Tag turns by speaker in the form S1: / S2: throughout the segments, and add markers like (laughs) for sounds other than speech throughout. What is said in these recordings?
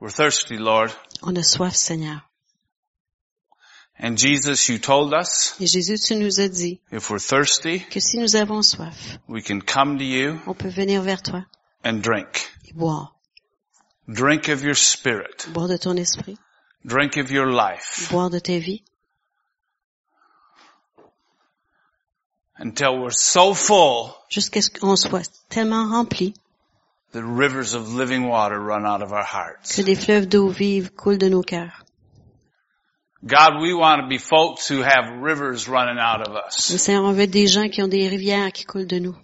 S1: We're thirsty, Lord.
S2: On a soif, Seigneur.
S1: And Jesus, you told us
S2: Et Jésus, tu nous as dit
S1: if we're thirsty,
S2: que si nous avons soif,
S1: we can come to you
S2: on peut venir vers toi
S1: and drink.
S2: et boire.
S1: Drink of your spirit.
S2: Boire de ton esprit,
S1: Drink of your life
S2: boire de ta vie,
S1: until we're so full
S2: jusqu'à ce qu'on soit tellement rempli
S1: the rivers of living water run out of our
S2: que
S1: hearts.
S2: des fleuves d'eau vive coulent de nos cœurs.
S1: God, we want to be folks who have rivers running out of
S2: Le
S1: us.
S2: Seigneur, on veut des gens qui ont des rivières qui coulent de nous.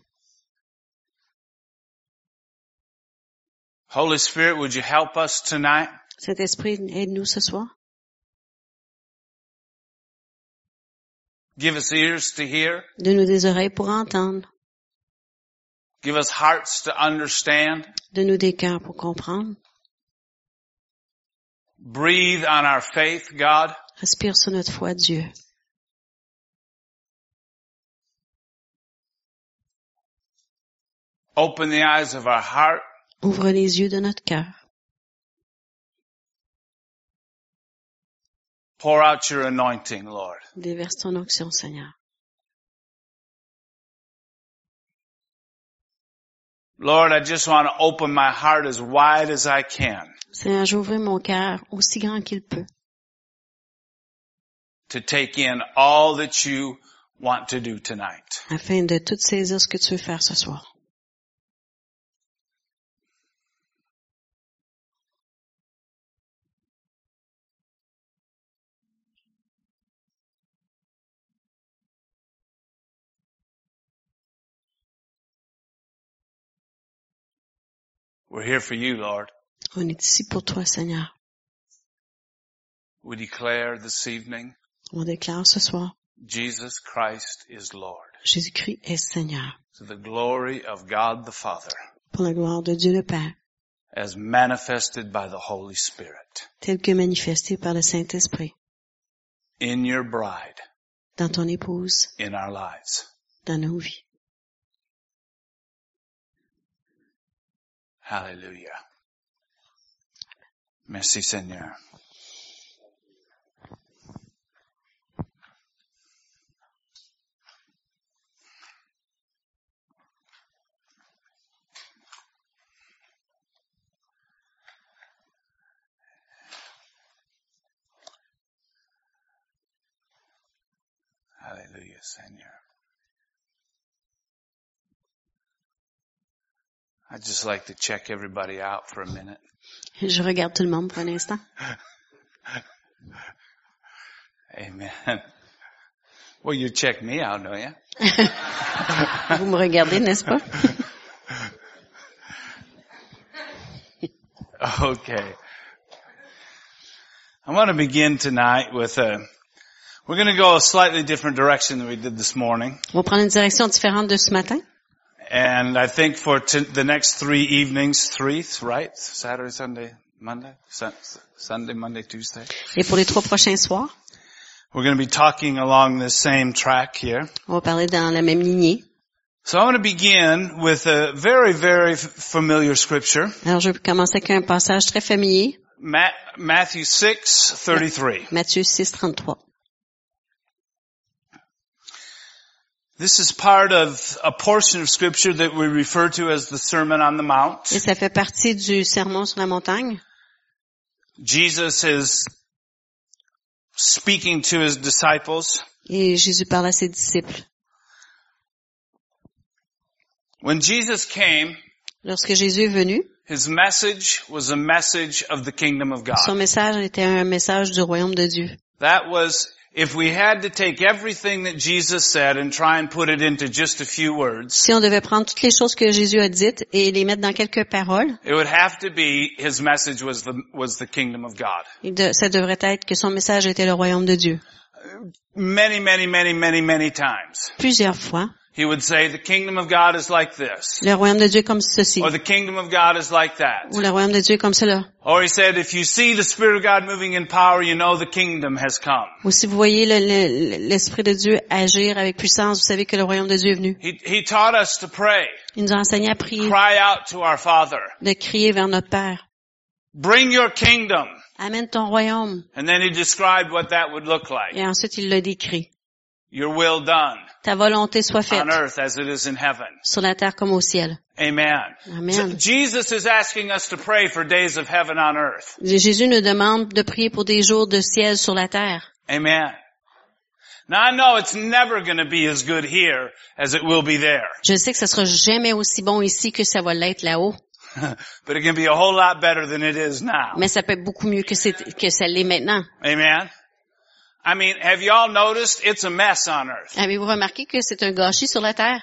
S1: Holy Spirit, would you help us tonight?
S2: Cet esprit, aide-nous ce soir.
S1: Give us ears to hear.
S2: Donne-nous des oreilles pour entendre.
S1: Give us hearts to understand.
S2: Donne-nous des cœurs pour comprendre.
S1: Breathe on our faith, God.
S2: Respire sur notre foi, Dieu.
S1: Open the eyes of our heart.
S2: Ouvre les yeux de notre cœur.
S1: Pour out your anointing, Lord.
S2: Déverse ton onction, Seigneur.
S1: Lord, I just want to open my heart as wide as I can
S2: Seigneur, j'ouvre mon cœur aussi grand qu'il peut
S1: to take in all that you want to do tonight.
S2: afin de tout saisir ce que tu veux faire ce soir.
S1: We're here for you, Lord.
S2: On est ici pour toi, Seigneur.
S1: We declare this evening,
S2: On déclare ce soir,
S1: Jesus Christ is Lord
S2: Jésus-Christ est Seigneur,
S1: to the glory of God the Father
S2: pour la gloire de Dieu le Père,
S1: as manifested by the Holy Spirit
S2: tel que manifesté par le Saint-Esprit,
S1: in your bride,
S2: dans ton épouse,
S1: in our lives.
S2: dans nos vies.
S1: Hallelujah. Merci Seigneur. Hallelujah, Seigneur. I'd just like to check everybody out for a minute.
S2: Je regarde tout le monde pour un instant.
S1: Amen. (laughs) Well, you check me out, don't you?
S2: Vous me regardez, n'est-ce pas?
S1: (laughs) Okay. I want to begin tonight with a, we're going to go a slightly different direction than we did this morning.
S2: On va prendre une direction différente de ce matin.
S1: And I think for t- the next three evenings, three, right? Saturday, Sunday, Monday, Sun- Sunday, Monday, Tuesday.
S2: Et pour les trois prochains soirs,
S1: We're going to be talking along this same track here.
S2: on va parler dans la même lignée.
S1: So I want to begin with a very, very f- familiar scripture.
S2: Alors, je vais commencer avec un passage très familier,
S1: Ma- Matthew 6, 33.
S2: Matthieu 6, 33.
S1: This is part of a portion of scripture that we refer to as the Sermon on the Mount.
S2: Et ça fait partie du sermon sur la montagne.
S1: Jesus is speaking to his disciples.
S2: Et Jésus parle à ses disciples.
S1: When Jesus came,
S2: Lorsque Jésus est venu,
S1: his message was a message of the kingdom of God.
S2: son message était un message du royaume de Dieu.
S1: That was, if we had to take everything that Jesus said and try and put it into just a few words,
S2: Si on devait prendre toutes les choses que Jésus a dites et les mettre dans quelques paroles,
S1: it would have to be his message was the, was the kingdom of God.
S2: il de- ça devrait être que son message était le royaume de Dieu.
S1: Many, many, many, many, many times.
S2: Plusieurs fois,
S1: He would say, the kingdom of God is like this.
S2: le royaume de Dieu est comme ceci,
S1: Or the kingdom of God is like that.
S2: ou le royaume de Dieu est comme cela.
S1: Or he said, if you see the Spirit of God moving in power, you know the kingdom has come.
S2: Ou si vous voyez le- le- l'Esprit de Dieu agir avec puissance, vous savez que le royaume de Dieu est venu.
S1: He, he taught us to pray,
S2: Il nous a enseigné à prier,
S1: cry out to our Father.
S2: de crier vers notre Père.
S1: Bring your kingdom.
S2: Amène ton royaume.
S1: And then he described what that would look like.
S2: Et ensuite, il le décrit.
S1: Your will done
S2: Ta volonté soit faite
S1: on earth as it is in heaven.
S2: sur la terre comme au ciel.
S1: Amen. So
S2: Amen.
S1: Jesus is asking us to pray for days of heaven on earth.
S2: Jésus nous demande de prier pour des jours de ciel sur la terre.
S1: Amen. Now I know it's never going to be as good here as it will be there, (laughs)
S2: Je sais que ça sera jamais aussi bon ici que ça va l'être là-haut,
S1: but it can be a whole lot better than it is now.
S2: mais ça peut être beaucoup mieux que, c'est- que ça l'est maintenant.
S1: Amen. I mean, have y'all noticed it's a mess on earth?
S2: Avez-vous remarqué que c'est un gâchis sur la terre?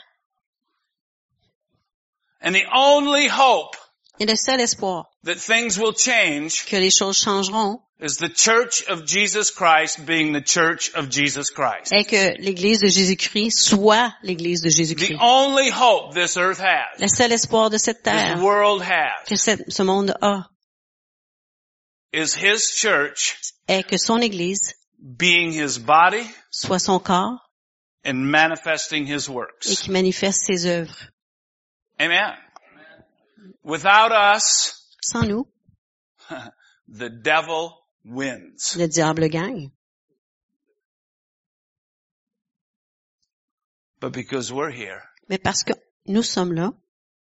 S1: And the only hope
S2: Et le seul espoir
S1: that things will change
S2: que les choses changeront
S1: is the church of Jesus Christ being the church of Jesus Christ.
S2: est que l'Église de Jésus-Christ soit l'Église de
S1: The
S2: Jésus-Christ.
S1: only hope this earth has,
S2: Le seul espoir de cette
S1: this
S2: terre
S1: world has,
S2: que cette- ce monde a
S1: is His church
S2: est que son Église
S1: being His body
S2: soit son corps
S1: and manifesting His
S2: et
S1: works.
S2: qui manifeste ses œuvres.
S1: Amen. Without us,
S2: Sans nous,
S1: the devil wins.
S2: le diable gagne.
S1: But because we're here
S2: Mais parce que nous sommes là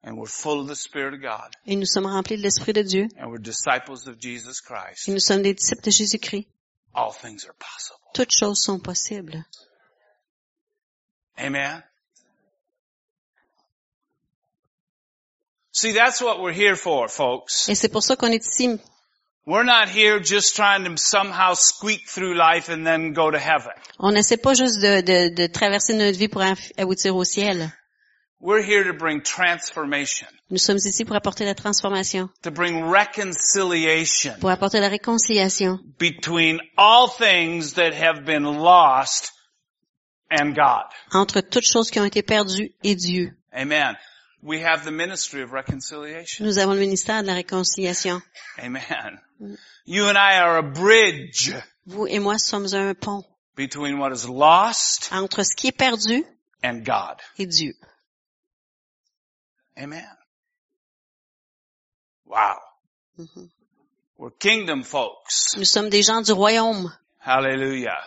S1: and we're full of the Spirit of God
S2: et nous sommes remplis de l'Esprit de Dieu
S1: and we're disciples of Jesus Christ,
S2: et nous sommes des disciples de Jésus-Christ,
S1: all things are possible.
S2: toutes choses sont possibles.
S1: Amen. See, that's what we're here for, folks.
S2: Et c'est pour ça qu'on est ici.
S1: We're not here just trying to somehow squeak through life and then go to heaven.
S2: On n'essaie pas juste de, de- de traverser notre vie pour aff- aboutir au ciel.
S1: We're here to bring transformation,
S2: Nous sommes ici pour apporter la transformation,
S1: to bring reconciliation
S2: pour apporter la réconciliation
S1: between all things that have been lost and God.
S2: entre toutes choses qui ont été perdues et Dieu.
S1: Amen. We have the ministry of reconciliation.
S2: Nous avons le ministère de la réconciliation.
S1: Amen. You and I are a bridge
S2: Vous et moi sommes un pont
S1: between what is lost
S2: entre ce qui est perdu
S1: and God.
S2: et Dieu.
S1: Amen. Wow.
S2: Mhm.
S1: We're kingdom folks.
S2: Nous sommes des gens du royaume.
S1: Hallelujah.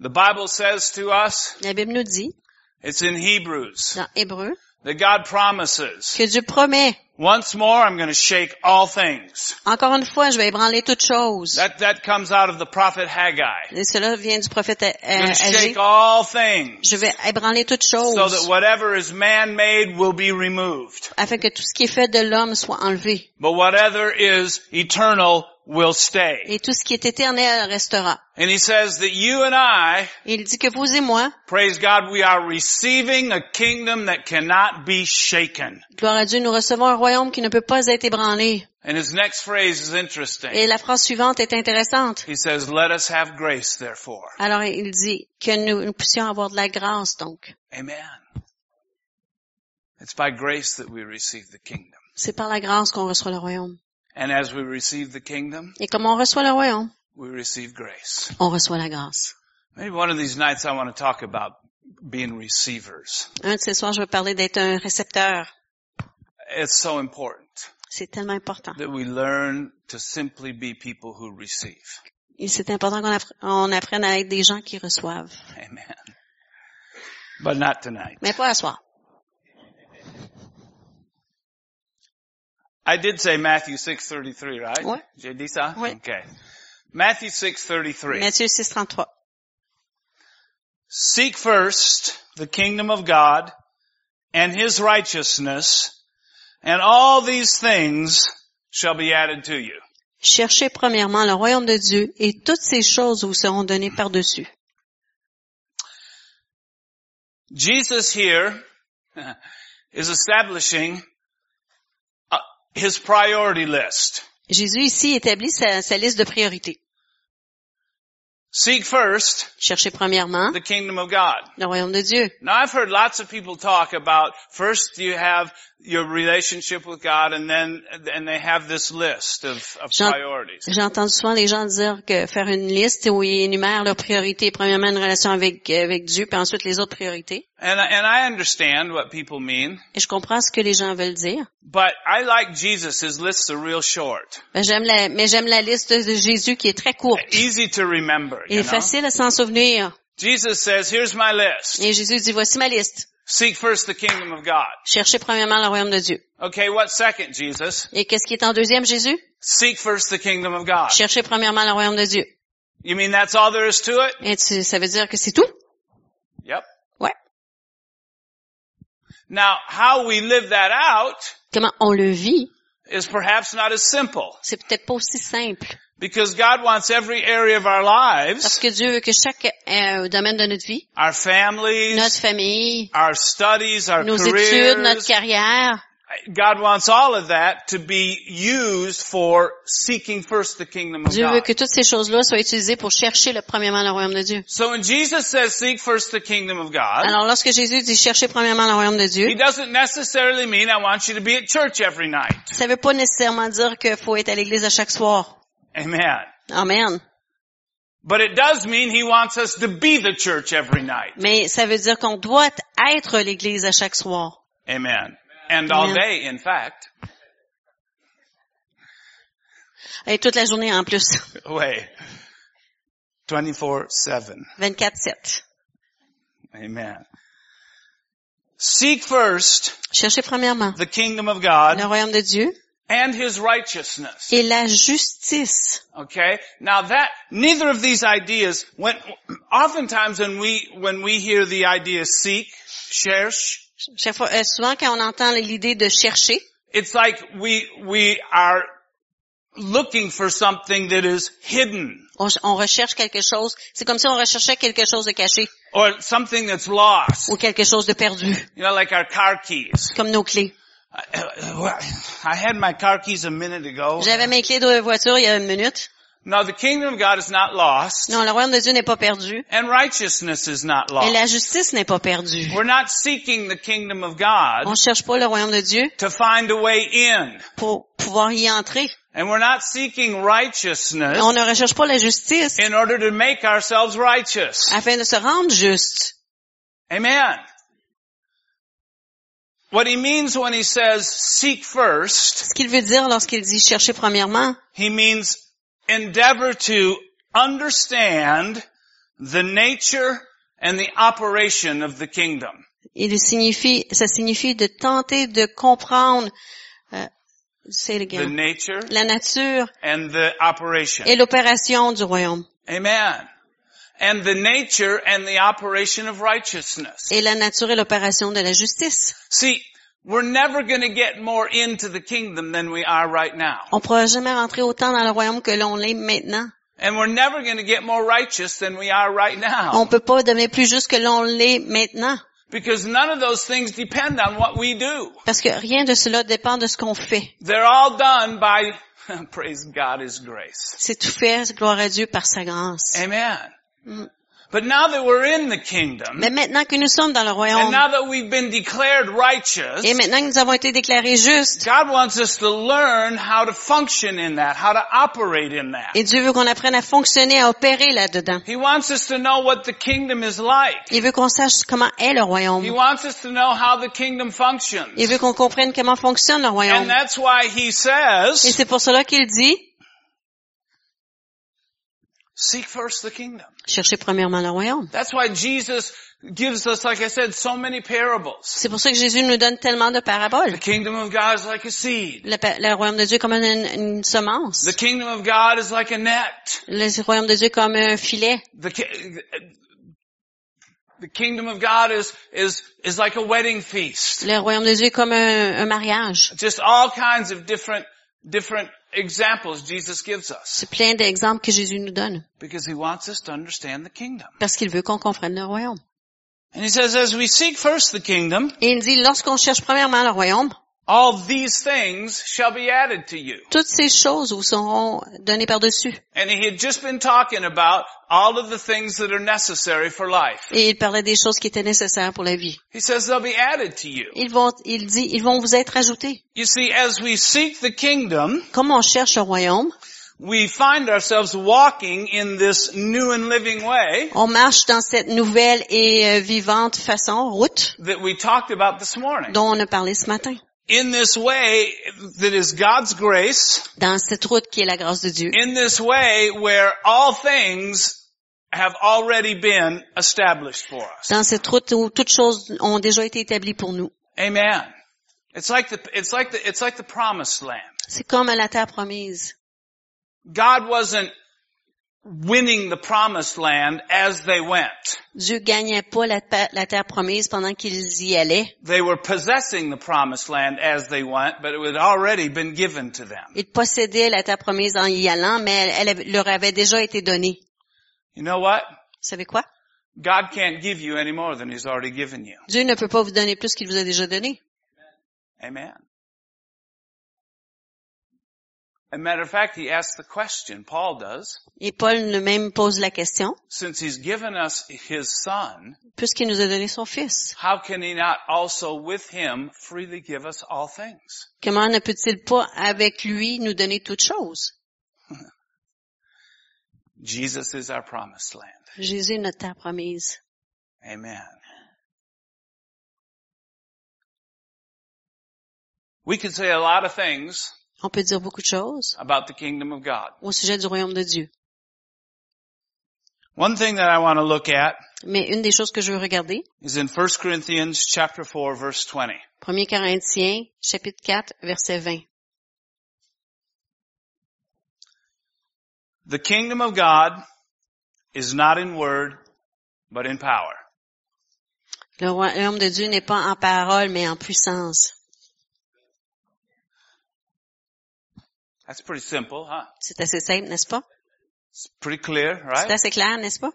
S1: The Bible says to us,
S2: La Bible nous dit,
S1: it's in Hebrews,
S2: dans Hébreu,
S1: that God promises,
S2: que Dieu promet,
S1: once more I'm going to shake all things.
S2: encore une fois, je vais ébranler toutes choses.
S1: That, that comes out of the prophet Haggai.
S2: Et cela vient du prophète euh,
S1: I'm going to
S2: Agé.
S1: shake all things
S2: Je vais ébranler toutes
S1: so that
S2: choses
S1: whatever is man-made will be removed,
S2: afin que tout ce qui est fait de l'homme soit enlevé
S1: but whatever is eternal will stay.
S2: et tout ce qui est éternel restera.
S1: And he says that you and I
S2: Il dit que vous et moi,
S1: Praise God, we are receiving a kingdom that cannot be shaken.
S2: gloire à Dieu, nous recevons un royaume qui ne peut pas être ébranlé.
S1: And his next phrase is interesting.
S2: Et la phrase suivante est intéressante.
S1: He says, let us have grace therefore.
S2: Alors il dit que nous, nous puissions avoir de la grâce, donc.
S1: Amen. It's by grace that we receive the kingdom.
S2: C'est par la grâce qu'on reçoit le royaume.
S1: And as we receive the kingdom,
S2: Et comme on reçoit le royaume,
S1: we receive grace.
S2: on reçoit la grâce.
S1: Maybe one of these nights I want to talk about being receivers.
S2: Un de ces soirs, je vais parler d'être un récepteur.
S1: It's so important
S2: C'est tellement important.
S1: that we learn to simply be people who receive.
S2: Et C'est important qu'on appre- on apprenne à être des gens qui reçoivent.
S1: Amen. But not tonight.
S2: Mais pas à soir.
S1: I did say Matthew 6:33, right?
S2: Ouais.
S1: J'ai dit ça?
S2: Ouais.
S1: Okay. Matthew 6:33.
S2: Matthieu 6, 33.
S1: Seek first the kingdom of God and his righteousness, and all these things shall be added to you.
S2: Cherchez premièrement le royaume de Dieu et toutes ces choses vous seront données par-dessus.
S1: Jesus here (laughs) is establishing uh, his priority list.
S2: Jésus ici établit sa, sa liste de priorités.
S1: Seek first
S2: Cherchez premièrement
S1: the kingdom of God.
S2: le royaume de Dieu.
S1: Now I've heard lots of people talk about first you have your relationship with God and then, and they have this list of, of
S2: Jean-
S1: priorities.
S2: J'ai entendu souvent les gens dire que faire une liste où ils énumèrent leurs priorités. Premièrement, une relation avec, avec Dieu, puis ensuite les autres priorités.
S1: And, I- and I understand what people mean,
S2: Et je comprends ce que les gens veulent dire.
S1: but I like Jesus. His lists are real short,
S2: Ben, j'aime la, mais j'aime la liste de Jésus qui est très courte.
S1: easy to remember.
S2: Il
S1: You
S2: est
S1: know?
S2: facile à s'en souvenir.
S1: Jesus says, here's my list.
S2: Et Jésus dit, voici ma liste.
S1: Seek first the kingdom of God.
S2: Cherchez premièrement le royaume de Dieu.
S1: Okay, what's second, Jesus?
S2: Et qu'est-ce qui est en deuxième, Jésus?
S1: Seek first the kingdom of God.
S2: Cherchez premièrement le royaume de Dieu.
S1: You mean that's all there is to it?
S2: Et tu- ça veut dire que c'est tout?
S1: Yep.
S2: Ouais.
S1: Now, how we live that out
S2: Comment on le vit,
S1: is perhaps not as simple
S2: c'est peut-être pas aussi simple.
S1: because God wants every area of our lives,
S2: Parce que Dieu veut que chaque euh, domaine de notre vie,
S1: our
S2: notre
S1: families,
S2: famille,
S1: our studies, our
S2: nos études, notre
S1: careers,
S2: carrière,
S1: God wants all of that to be used for seeking first the kingdom of
S2: Dieu veut
S1: God.
S2: que toutes ces choses-là soient utilisées pour chercher le, premièrement le royaume de Dieu.
S1: So when Jesus says seek first the kingdom of God,
S2: Alors lorsque Jésus dit chercher premièrement le royaume de
S1: he
S2: Dieu,
S1: doesn't necessarily mean I want you to be at church every night.
S2: ça veut pas nécessairement dire qu'il faut être à l'église à chaque soir.
S1: Amen.
S2: Amen.
S1: But it does mean he wants us to be the church every night.
S2: Mais ça veut dire qu'on doit être l'église à chaque soir.
S1: Amen. And all
S2: Amen.
S1: day, in fact.
S2: Et toute la journée en plus. (laughs)
S1: Way. 24-7.
S2: 24-7.
S1: Amen. Seek first
S2: Cherchez premièrement
S1: the kingdom of
S2: le
S1: God
S2: royaume de Dieu
S1: and his righteousness.
S2: et la justice.
S1: Okay? Now that, neither of these ideas, when, oftentimes when we, when we hear the idea seek, cherche,
S2: Chaque fois, euh, souvent quand on entend l'idée de chercher,
S1: it's like we, we are looking for something that is hidden
S2: on, on recherche quelque chose. C'est comme si on recherchait quelque chose de caché
S1: or something that's lost.
S2: ou quelque chose de perdu,
S1: You know, like our car keys.
S2: comme nos clés.
S1: I had my car keys a minute ago.
S2: J'avais mes clés de voiture il y a une minute.
S1: No, the kingdom of God is not lost,
S2: Non, le royaume de Dieu n'est pas perdu
S1: and righteousness is not
S2: et
S1: lost.
S2: la justice n'est pas perdue.
S1: We're not seeking the kingdom of
S2: On
S1: God
S2: cherche pas le royaume de Dieu
S1: to find a way in,
S2: pour pouvoir y entrer.
S1: and we're not seeking righteousness
S2: On ne recherche pas la justice
S1: in order to make ourselves righteous.
S2: afin de se rendre juste.
S1: Amen. What he means when he says seek first,
S2: Ce qu'il veut dire lorsqu'il dit chercher premièrement,
S1: he means endeavor to understand the nature and the operation of the kingdom.
S2: il signifie, ça signifie de tenter de comprendre, euh, say it
S1: The
S2: again,
S1: nature
S2: la nature
S1: and the operation.
S2: et l'opération du royaume
S1: Amen. And the nature and the operation of righteousness.
S2: et la nature et l'opération de la justice.
S1: See, we're never going to get more into the kingdom than we are right now.
S2: On ne pourra jamais rentrer autant dans le royaume que l'on l'est maintenant.
S1: And we're never going to get more righteous than we are right
S2: On
S1: now.
S2: ne peut pas devenir plus juste que l'on l'est maintenant.
S1: Because none of those things depend on what we do.
S2: Parce que rien de cela dépend de ce qu'on fait.
S1: They're all done by, (laughs) praise God, His grace.
S2: C'est tout fait, gloire à Dieu, par sa grâce.
S1: Amen. But now that we're in the kingdom,
S2: Mais maintenant que nous sommes dans le
S1: and
S2: royaume,
S1: now that we've been declared righteous,
S2: et maintenant que nous avons été déclarés justes,
S1: God wants us to learn how to function in that, how to operate in that.
S2: et Dieu veut qu'on apprenne à fonctionner, à opérer là-dedans.
S1: He wants us to know what the kingdom is like.
S2: Il veut qu'on sache comment est le
S1: He
S2: royaume.
S1: wants us to know how the kingdom
S2: Il
S1: functions.
S2: veut qu'on comprenne comment fonctionne le
S1: And
S2: royaume.
S1: that's why he
S2: Et
S1: says,
S2: c'est pour cela qu'il dit,
S1: seek first the kingdom.
S2: cherchez premièrement le royaume.
S1: That's why Jesus gives us, like I said, so many parables.
S2: C'est pour ça que Jésus nous donne tellement de paraboles.
S1: The kingdom of God is like a seed.
S2: Le, pa- le royaume de Dieu est comme une, une semence.
S1: The kingdom of God is like a net.
S2: Le royaume de Dieu est comme un filet.
S1: The, ki- the kingdom of God is, is, is like a wedding feast.
S2: Le royaume de Dieu est comme un, un mariage.
S1: Just all kinds of different, different examples Jesus gives us
S2: C'est plein d'exemples que Jésus nous donne
S1: because he wants us to understand the kingdom.
S2: parce qu'il veut qu'on comprenne le royaume.
S1: And he says, as we seek first the kingdom,
S2: Et il dit, lorsqu'on cherche premièrement le royaume,
S1: All these things shall be added to you.
S2: Toutes ces choses vous seront données par-dessus.
S1: And he had just been talking about all of the things that are necessary for life.
S2: Et il parlait des choses qui étaient nécessaires pour la vie.
S1: He says they'll be added to you.
S2: Ils vont, il dit, ils vont vous être ajoutés.
S1: You see, as we seek the kingdom,
S2: Comme on cherche le royaume,
S1: we find ourselves walking in this new and living way
S2: on marche dans cette nouvelle et euh, vivante façon, route,
S1: that we talked about this morning.
S2: dont on a parlé ce matin.
S1: In this way that is God's grace,
S2: Dans cette route qui est la grâce de Dieu.
S1: in this way where all things have already been established for us.
S2: Dans cette route où toutes choses ont déjà été établies pour nous.
S1: Amen. It's like the, it's like the, it's like the promised land.
S2: C'est comme à la terre promise.
S1: God wasn't winning the promised land as they went.
S2: Dieu gagnait pas la, pa- la terre promise pendant qu'ils y allaient.
S1: They were possessing the promised land as they went, but it had already been given to them.
S2: Ils possédaient la terre promise en y allant, mais elle, elle avait- leur avait déjà été donnée.
S1: You know what?
S2: Vous savez quoi?
S1: God can't give you any more than He's already given you.
S2: Dieu ne peut pas vous donner plus qu'il vous a déjà donné.
S1: Amen. As a matter of fact, he asks the question, Paul does,
S2: Et Paul ne même pose la question,
S1: since he's given us his son,
S2: puisqu'il nous a donné son fils.
S1: how can he not also with him freely give us all things?
S2: Comment ne peut-il pas, avec lui, nous donner toutes choses?
S1: Jesus is our promised land.
S2: Jésus est notre terre promise.
S1: Amen. We can say a lot of things
S2: On peut dire beaucoup de choses
S1: about the kingdom of God.
S2: au sujet du royaume de Dieu.
S1: One thing that I want to look at
S2: Mais une des choses que je veux regarder,
S1: is in 1 Corinthians chapter 4 verse 20.
S2: 1 Corinthiens, chapitre 4, verset 20.
S1: The kingdom of God is not in word, but in power.
S2: Le royaume de Dieu n'est pas en parole, mais en puissance.
S1: That's pretty simple, huh?
S2: C'est assez simple, n'est-ce pas?
S1: It's pretty clear,
S2: C'est
S1: right?
S2: assez clair, n'est-ce pas?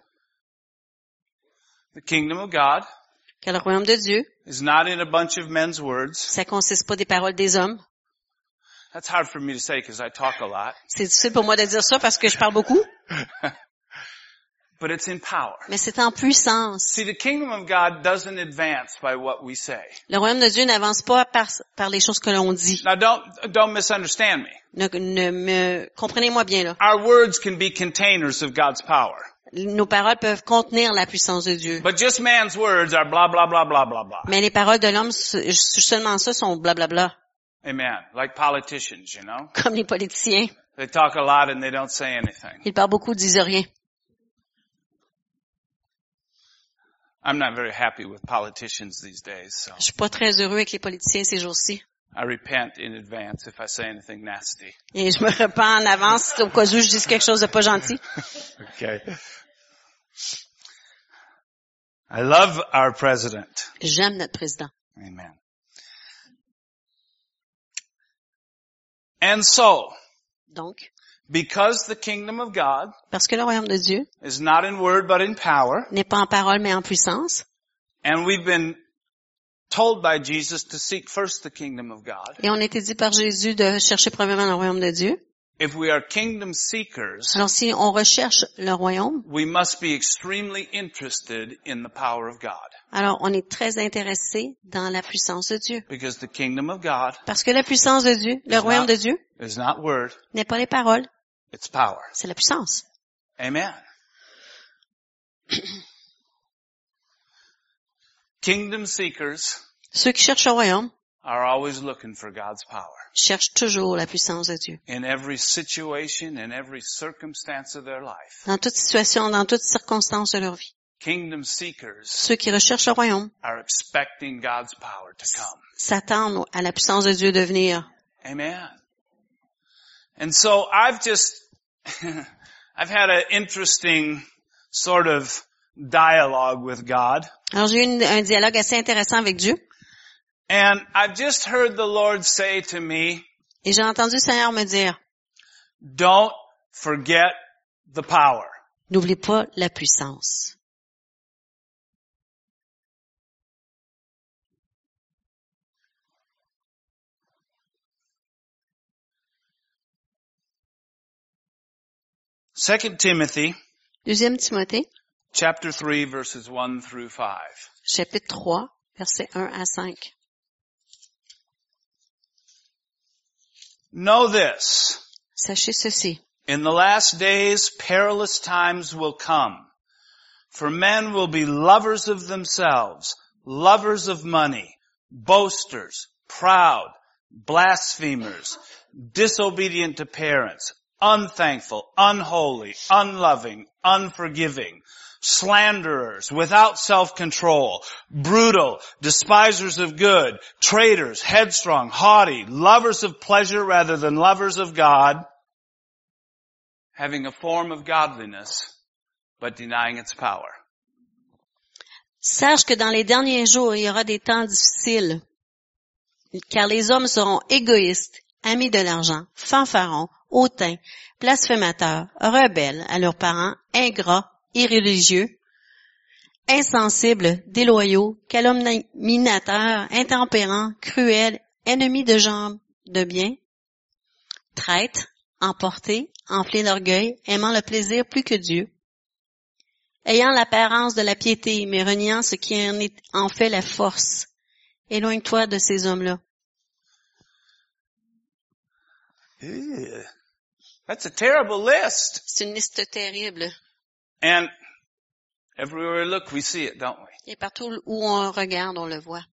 S1: The kingdom of God
S2: Que le royaume de Dieu,
S1: is not in a bunch of men's words.
S2: ça consiste pas des paroles des hommes.
S1: That's hard for me to say because I talk a lot,
S2: C'est difficile pour moi de dire ça parce que je parle beaucoup,
S1: but it's in power.
S2: mais c'est en puissance.
S1: See, the kingdom of God doesn't advance by what we say.
S2: Le royaume de Dieu n'avance pas par, par les choses que l'on dit.
S1: Now don't, don't misunderstand me.
S2: Ne, ne me, comprenez-moi bien, là.
S1: Our words can be containers of God's power,
S2: Nos paroles peuvent contenir la puissance de Dieu.
S1: but just man's words are blah, blah, blah, blah, blah, blah.
S2: Mais les paroles de l'homme, se- seulement ça, sont blablabla,
S1: Amen. Like politicians, you know?
S2: comme les politiciens.
S1: They talk a lot and they don't say anything.
S2: Ils parlent beaucoup, disent rien.
S1: I'm not very happy with politicians these days, so
S2: Je suis pas très heureux avec les politiciens ces jours-ci.
S1: I repent in advance if I say anything nasty.
S2: Et je me repens en avance au cas où je dis quelque chose de pas gentil.
S1: Okay. I love our president.
S2: J'aime notre président.
S1: Amen. And so,
S2: Donc,
S1: because the kingdom of God
S2: parce que le royaume de Dieu
S1: is not in word but in power,
S2: n'est pas en parole, mais en puissance,
S1: and we've been told by Jesus to seek first the kingdom of God,
S2: et on a été dit par Jésus de chercher premièrement le royaume de Dieu,
S1: if we are kingdom seekers,
S2: Alors si on recherche le royaume,
S1: we must be extremely interested in the power of God.
S2: alors on est très intéressé dans la puissance de Dieu.
S1: Because the kingdom of God
S2: Parce que la puissance de Dieu, le royaume de Dieu,
S1: is not word,
S2: n'est pas les paroles,
S1: it's power.
S2: c'est la puissance.
S1: Amen. (clears throat) kingdom seekers
S2: Ceux qui cherchent le royaume
S1: are always looking for God's power.
S2: cherchent toujours la puissance de Dieu.
S1: In every situation, in every circumstance of their life,
S2: Dans toute situation, dans toute circonstance de leur vie.
S1: kingdom seekers
S2: Ceux qui recherchent le royaume
S1: are expecting God's power to come.
S2: s'attendent à la puissance de Dieu de venir.
S1: Amen. And so I've just, (laughs) I've had an interesting sort of dialogue with God.
S2: Alors j'ai eu une- un dialogue assez intéressant avec Dieu
S1: And I've just heard the Lord say to me,
S2: et j'ai entendu le Seigneur me dire,
S1: don't forget the power.
S2: n'oublie pas la puissance.
S1: Second Timothy,
S2: Deuxième Timothée,
S1: chapter 3, verses 1 through 5.
S2: chapitre 3, versets 1 à 5.
S1: Know this.
S2: Sachez ceci.
S1: In the last days, perilous times will come. For men will be lovers of themselves, lovers of money, boasters, proud, blasphemers, disobedient to parents, unthankful, unholy, unloving, unforgiving, slanderers, without self-control, brutal, despisers of good, traitors, headstrong, haughty, lovers of pleasure rather than lovers of God, having a form of godliness, but denying its power.
S2: Sache que dans les derniers jours, il y aura des temps difficiles, car les hommes seront égoïstes, amis de l'argent, fanfarons, hautains, blasphémateurs, rebelles à leurs parents, ingrats, irréligieux, insensibles, déloyaux, calomniateurs, intempérants, cruels, ennemis de gens de bien, traîtres, emportés, enflés d'orgueil, aimant le plaisir plus que Dieu, ayant l'apparence de la piété, mais reniant ce qui en est en fait la force. Éloigne-toi de ces hommes-là.
S1: That's a terrible list.
S2: C'est une liste terrible.
S1: And everywhere we look, we see it, don't we?
S2: Et partout où on regarde, on le voit.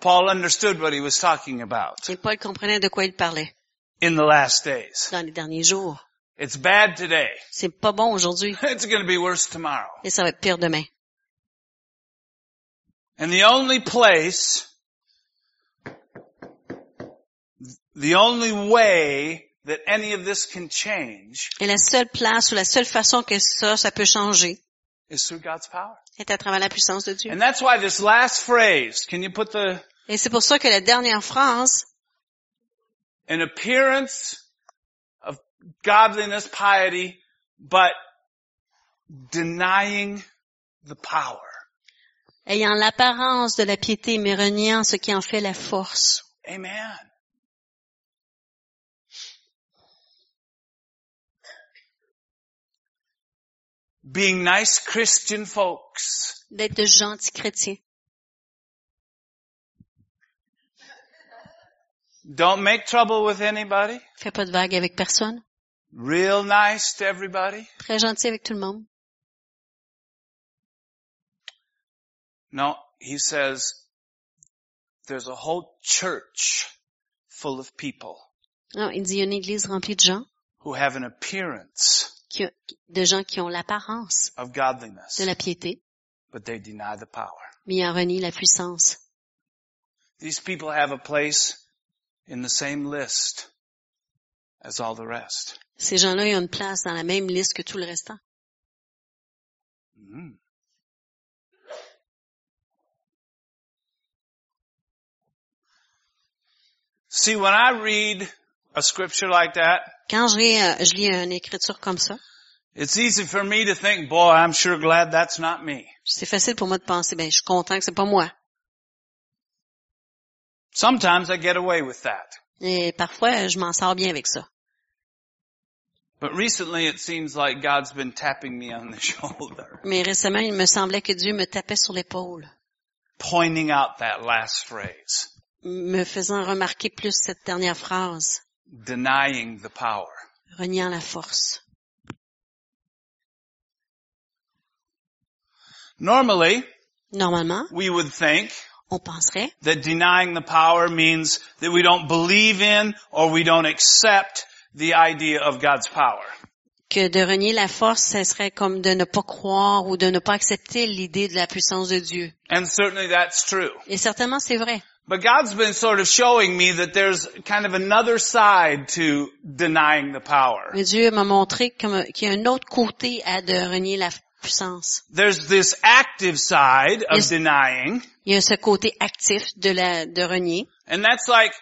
S1: Paul understood what he was talking about
S2: Et Paul comprenait de quoi il parlait
S1: in the last days.
S2: dans les derniers jours.
S1: It's bad today. (laughs)
S2: C'est pas bon aujourd'hui
S1: It's going to be worse tomorrow.
S2: et ça va être pire demain.
S1: And the only place, the only way that any of this can change
S2: Et la seule place ou la seule façon que ça, ça peut changer
S1: is through God's power.
S2: est à travers la puissance de Dieu.
S1: And that's why this last phrase, can you put the,
S2: Et c'est pour ça que la dernière phrase,
S1: an appearance of godliness, piety, but denying the power.
S2: ayant l'apparence de la piété, mais reniant ce qui en fait la force.
S1: Amen. Being nice Christian folks.
S2: d'être de gentils chrétiens.
S1: Don't make trouble with anybody.
S2: Fais pas de vagues avec personne.
S1: Real nice to everybody.
S2: Très gentil avec tout le monde.
S1: No, he says there's a whole church full of people
S2: Non, Ah, il dit, il y a une église remplie de gens,
S1: who have an appearance
S2: qui, de gens qui ont l'apparence
S1: of godliness,
S2: de la piété,
S1: but they deny the power.
S2: mais ils en renient la puissance.
S1: These people have a place in the same list as all the rest.
S2: Ces gens-là, ils ont une place dans la même liste que tout le restant.
S1: Mm. See, when I read a scripture like that,
S2: Quand je lis, euh, je lis une écriture comme ça,
S1: It's easy for me to think, boy, I'm sure glad that's not me.
S2: c'est facile pour moi de penser, ben, je suis content que c'est pas moi.
S1: Sometimes I get away with that.
S2: Et parfois, je m'en sors bien avec ça.
S1: But recently it seems like God's been tapping me on the (laughs) shoulder,
S2: Mais récemment, il me semblait que Dieu me tapait sur l'épaule,
S1: pointing out that last phrase,
S2: me faisant remarquer plus cette dernière phrase,
S1: denying the power.
S2: reniant la force.
S1: Normally,
S2: Normalement,
S1: we would think
S2: on penserait
S1: that denying the power means that we don't believe in or we don't accept the idea of God's power.
S2: que de renier la force, ce serait comme de ne pas croire ou de ne pas accepter l'idée de la puissance de Dieu.
S1: And certainly that's true.
S2: Et certainement, c'est vrai.
S1: But God's been sort of showing me that there's kind of another side to denying the power.
S2: Mais Dieu m'a montré comme- qu'il y a un autre côté à de renier la puissance.
S1: There's this active side of
S2: Yes.
S1: denying,
S2: Il y a ce côté actif de la de renier.
S1: and that's like,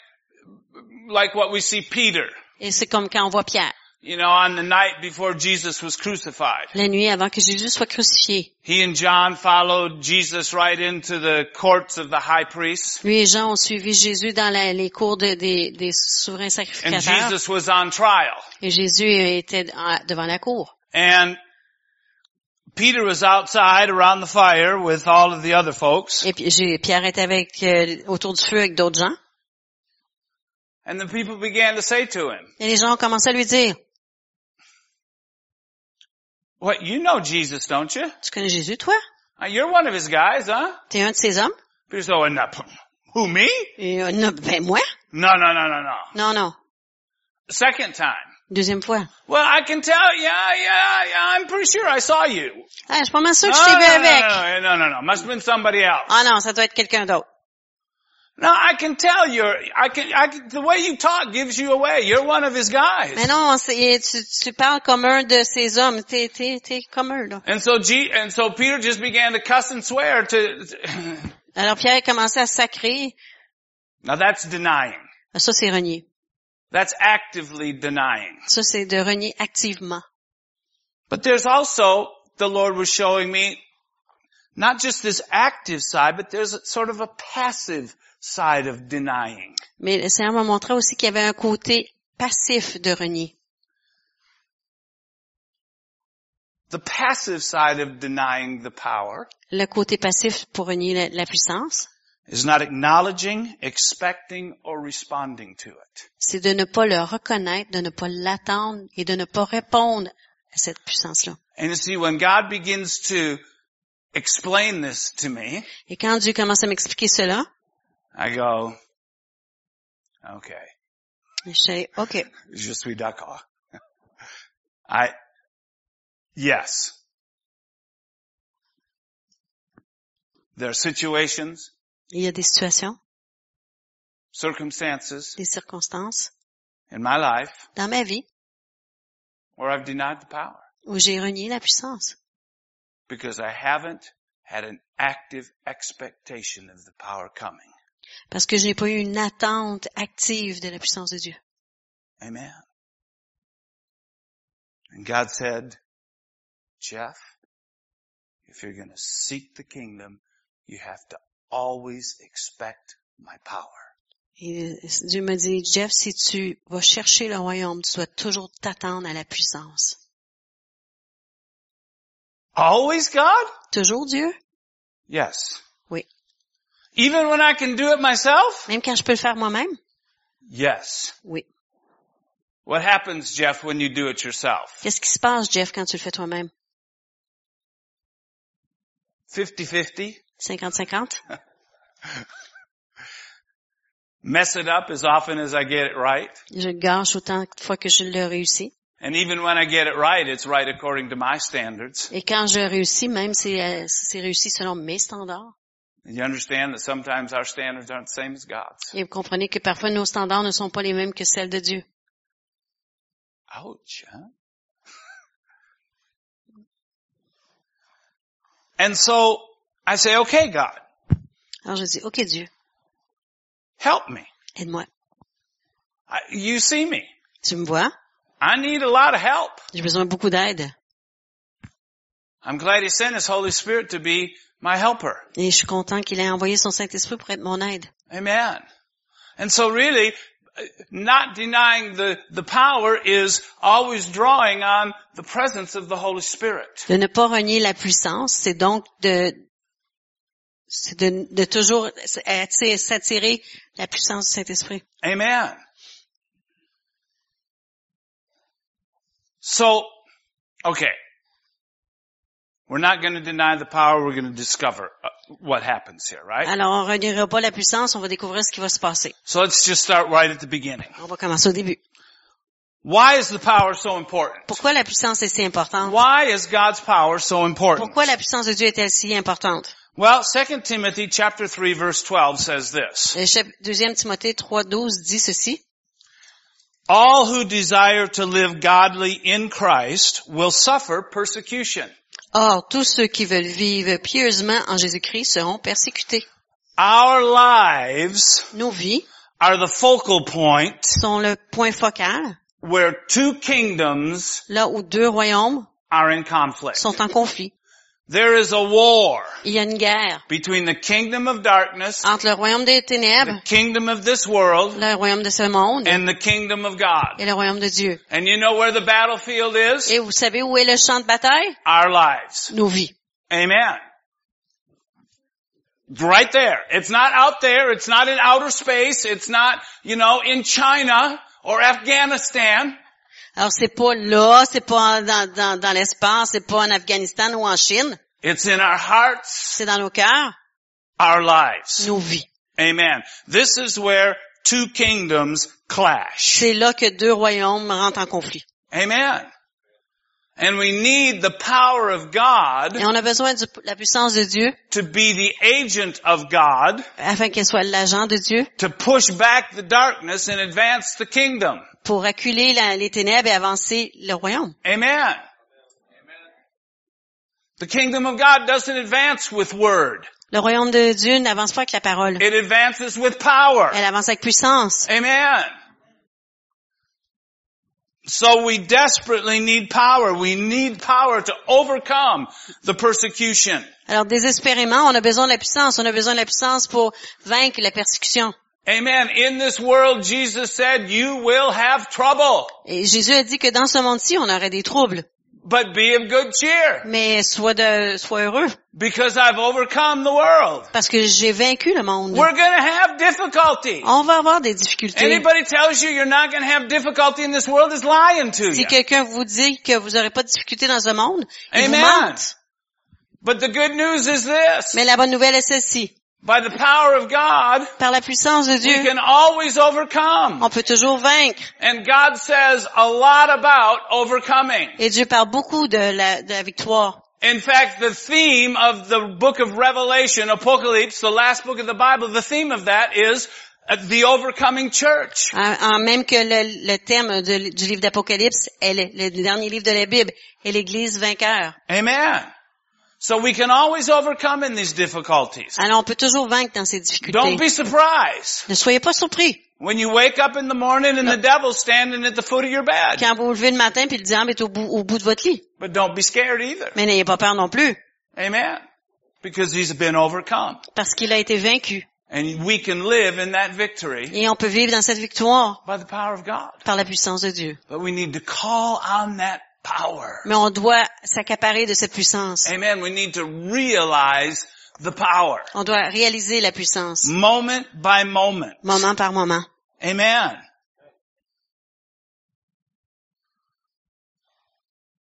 S1: like what we see Peter.
S2: Et c'est comme quand on voit Pierre.
S1: You know, on the night before Jesus was crucified,
S2: la nuit avant que Jésus soit crucifié.
S1: he and John followed Jesus right into the courts of the high priest.
S2: Lui et Jean ont suivi Jésus dans la- les cours de- des, des souverains
S1: And
S2: sacrificateurs.
S1: Jesus was on trial.
S2: Et Jésus était en- devant la cour.
S1: And Peter was outside around the fire with all of the other folks.
S2: Et puis, j'ai- Pierre était avec, euh, autour du feu avec d'autres gens.
S1: And the people began to say to him,
S2: Et les gens ont commencé à lui dire,
S1: what, you know Jesus, don't you?
S2: tu connais Jésus, toi?
S1: Uh, You're one of his guys, huh?
S2: T'es un de ces hommes?
S1: Peter said, oh, no, pff, who, me?
S2: Et, euh, non, ben, moi?
S1: No, no, no, no, no.
S2: Non, non.
S1: Second time.
S2: Deuxième fois.
S1: Well, I can tell, yeah, yeah, yeah, I'm pretty sure I saw you.
S2: Ah, je suis pas mal sûr
S1: No,
S2: que je t'ai
S1: no,
S2: vu
S1: no,
S2: avec.
S1: no, no, no, no. Must have been somebody else.
S2: Ah non, ça doit être quelqu'un d'autre.
S1: No, I can tell you're, I can, I can, the way you talk gives you away. You're one of his guys.
S2: Mais non, c'est- tu, tu parles comme un de ces hommes. T'es, t'es, t'es comme eux, là.
S1: And so G, and so Peter just began to cuss and swear to, (clears throat)
S2: Alors Pierre a commencé à sacrer. Ah,
S1: now that's denying.
S2: Ça, c'est renier.
S1: That's actively denying.
S2: Ça, c'est de renier activement.
S1: But there's also, the Lord was showing me, not just this active side, but there's sort of a passive side of denying.
S2: Mais le Seigneur m'a montré aussi qu'il y avait un côté passif de renier.
S1: The passive side of denying the power
S2: Le côté passif pour renier la, la puissance,
S1: is not acknowledging, expecting, or responding to it.
S2: c'est de ne pas le reconnaître, de ne pas l'attendre et de ne pas répondre à cette puissance-là.
S1: And you see, when God begins to explain this to me,
S2: Et quand Dieu commence à m'expliquer cela,
S1: I go, okay,
S2: je sais, OK,
S1: je suis d'accord. (laughs) I, yes. There are situations,
S2: il y a des situations,
S1: circumstances
S2: des circonstances
S1: in my life
S2: dans ma vie
S1: where I've denied the power
S2: où j'ai renié la puissance
S1: because I haven't had an active expectation of the power coming.
S2: parce que je n'ai pas eu une attente active de la puissance de Dieu.
S1: Amen. And God said, Jeff, if you're going to seek the kingdom, you have to always expect my power.
S2: Et euh, Dieu me dit, Jeff, si tu vas chercher le royaume, tu dois toujours t'attendre à la puissance.
S1: Always, God?
S2: Toujours Dieu?
S1: Yes.
S2: Oui.
S1: Even when I can do it myself?
S2: Même quand je peux le faire moi-même?
S1: Yes.
S2: Oui.
S1: What happens, Jeff, when you do it yourself?
S2: Qu'est-ce qui se passe, Jeff, quand tu le fais toi-même?
S1: 50-50?
S2: 50-50?
S1: Mess it up as often as I get it right.
S2: Je le gâche autant de fois que je le réussis.
S1: And even when I get it right, it's right according to my standards.
S2: Et quand je réussis, même si euh, si c'est réussi selon mes standards.
S1: And you understand that sometimes our standards aren't the same as God's.
S2: Et vous comprenez que parfois nos standards ne sont pas les mêmes que celles de Dieu.
S1: Ouch, huh? and so I say, okay, God,
S2: Alors je dis, OK Dieu,
S1: help me.
S2: aide-moi.
S1: I, you see me.
S2: Tu me vois?
S1: I need a lot of help.
S2: J'ai besoin de beaucoup d'aide.
S1: I'm glad he sent his Holy Spirit to be my helper.
S2: Et je suis content qu'il ait envoyé son Saint-Esprit pour être mon aide.
S1: Amen. And so really, uh, not denying the, the power is always drawing on the presence of the Holy Spirit.
S2: De ne pas renier la puissance, c'est donc de, c'est de, de toujours attirer- s'attirer la puissance du Saint-Esprit.
S1: Amen. So, okay. We're not going to deny the power. We're going to discover uh, what happens here, right?
S2: Alors, on ne reniera pas la puissance, on va découvrir ce qui va se passer.
S1: So let's just start right at the beginning.
S2: On va commencer au début.
S1: Why is the power so important?
S2: Pourquoi la puissance est si importante?
S1: Why is God's power so important?
S2: Pourquoi la puissance de Dieu est-elle si importante?
S1: Well, 2 Timothy chapter 3 verse 12 says this.
S2: Le chef 2 Euh, Timothée 3.12 dit ceci.
S1: All who desire to live godly in Christ will suffer persecution.
S2: Or, tous ceux qui veulent vivre pieusement en Jésus-Christ seront persécutés.
S1: Our lives
S2: Nos vies
S1: are the focal point
S2: sont le point focal
S1: where two kingdoms
S2: là où deux royaumes
S1: are in conflict.
S2: sont en conflit.
S1: There is a war
S2: Il y a une guerre
S1: between the kingdom of darkness,
S2: entre le royaume des ténèbres,
S1: the kingdom of this world,
S2: le royaume de ce monde
S1: and the kingdom of God.
S2: et le royaume de Dieu.
S1: And you know where the battlefield is?
S2: Et vous savez où est le champ de bataille?
S1: Our lives.
S2: Nos vies.
S1: Amen. Right there. It's not out there. It's not in outer space. It's not, you know, in China or Afghanistan.
S2: Alors c'est pas là, c'est pas dans, dans, dans l'espace, c'est pas en Afghanistan ou en Chine,
S1: It's in our hearts,
S2: c'est dans nos cœurs,
S1: our lives.
S2: nos vies.
S1: Amen. This is where two kingdoms clash.
S2: C'est là que deux royaumes rentrent en conflit.
S1: Amen. And we need the power of God
S2: Et on a besoin de la puissance de Dieu
S1: to be the agent of God
S2: afin qu'elle soit l'agent de Dieu
S1: to push back the darkness and advance the kingdom.
S2: pour reculer la- les ténèbres et avancer le royaume.
S1: Amen. The kingdom of God doesn't advance with word.
S2: Le royaume de Dieu n'avance pas avec la parole.
S1: It advances with power.
S2: Elle avance avec puissance.
S1: Amen. So we desperately need power. We need power to overcome the persecution.
S2: Alors désespérément, on a besoin de la puissance. On a besoin de la puissance pour vaincre la persécution.
S1: Amen. In this world, Jesus said, you will have trouble,
S2: Et Jésus a dit que dans ce monde-ci, on aurait des troubles.
S1: but be of good cheer
S2: Mais sois, de, sois heureux
S1: because I've overcome the world.
S2: parce que j'ai vaincu le monde.
S1: We're going to have difficulty.
S2: On va avoir des difficultés.
S1: Anybody tells you you're not going to have difficulty in this world is lying to
S2: Si
S1: you.
S2: quelqu'un vous dit que vous n'aurez pas de difficultés dans ce monde, il vous
S1: Amen.
S2: mente.
S1: But the good news is this.
S2: Mais la bonne nouvelle est celle-ci.
S1: By the power of God,
S2: Par la puissance de
S1: we
S2: Dieu,
S1: can always overcome.
S2: on peut toujours vaincre.
S1: And God says a lot about overcoming.
S2: Et Dieu parle beaucoup de la, de la victoire.
S1: In fact, the theme of the book of Revelation, Apocalypse, the last book of the Bible, the theme of that is uh, the overcoming church.
S2: En, en même que le, le thème de- du livre d'Apocalypse est le, le dernier livre de la Bible, est l'Église vainqueur.
S1: Amen. So we can always overcome in these difficulties.
S2: Alors on peut toujours vaincre dans ces difficultés.
S1: Don't be surprised
S2: Ne soyez pas surpris
S1: when you wake up in the morning and the devil's standing at the foot of your bed.
S2: quand vous vous levez le matin puis le diable est au bout, au bout de votre lit.
S1: But don't be scared either.
S2: Mais n'ayez pas peur non plus,
S1: Amen. Because he's been overcome.
S2: parce qu'il a été vaincu.
S1: And we can live in that victory
S2: Et on peut vivre dans cette victoire
S1: by the power of God.
S2: par la puissance de Dieu.
S1: But we need to call on that power.
S2: Mais on doit s'accaparer de cette puissance.
S1: Amen. We need to realize the power
S2: On doit réaliser la puissance,
S1: Mm. moment by moment.
S2: moment par moment.
S1: Amen.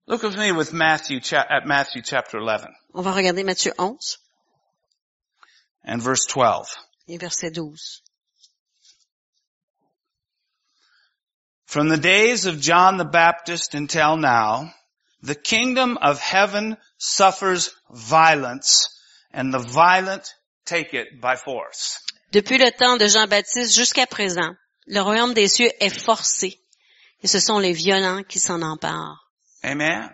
S1: Look with me with Matthew cha- at Matthew chapter 11
S2: On va regarder Matthieu 11
S1: and verse 12.
S2: et verset 12.
S1: From the days of John the Baptist until now, the kingdom of heaven suffers violence and the violent take it by force.
S2: Depuis le temps de Jean-Baptiste jusqu'à présent, le royaume des cieux est forcé et ce sont les violents qui s'en emparent.
S1: Amen.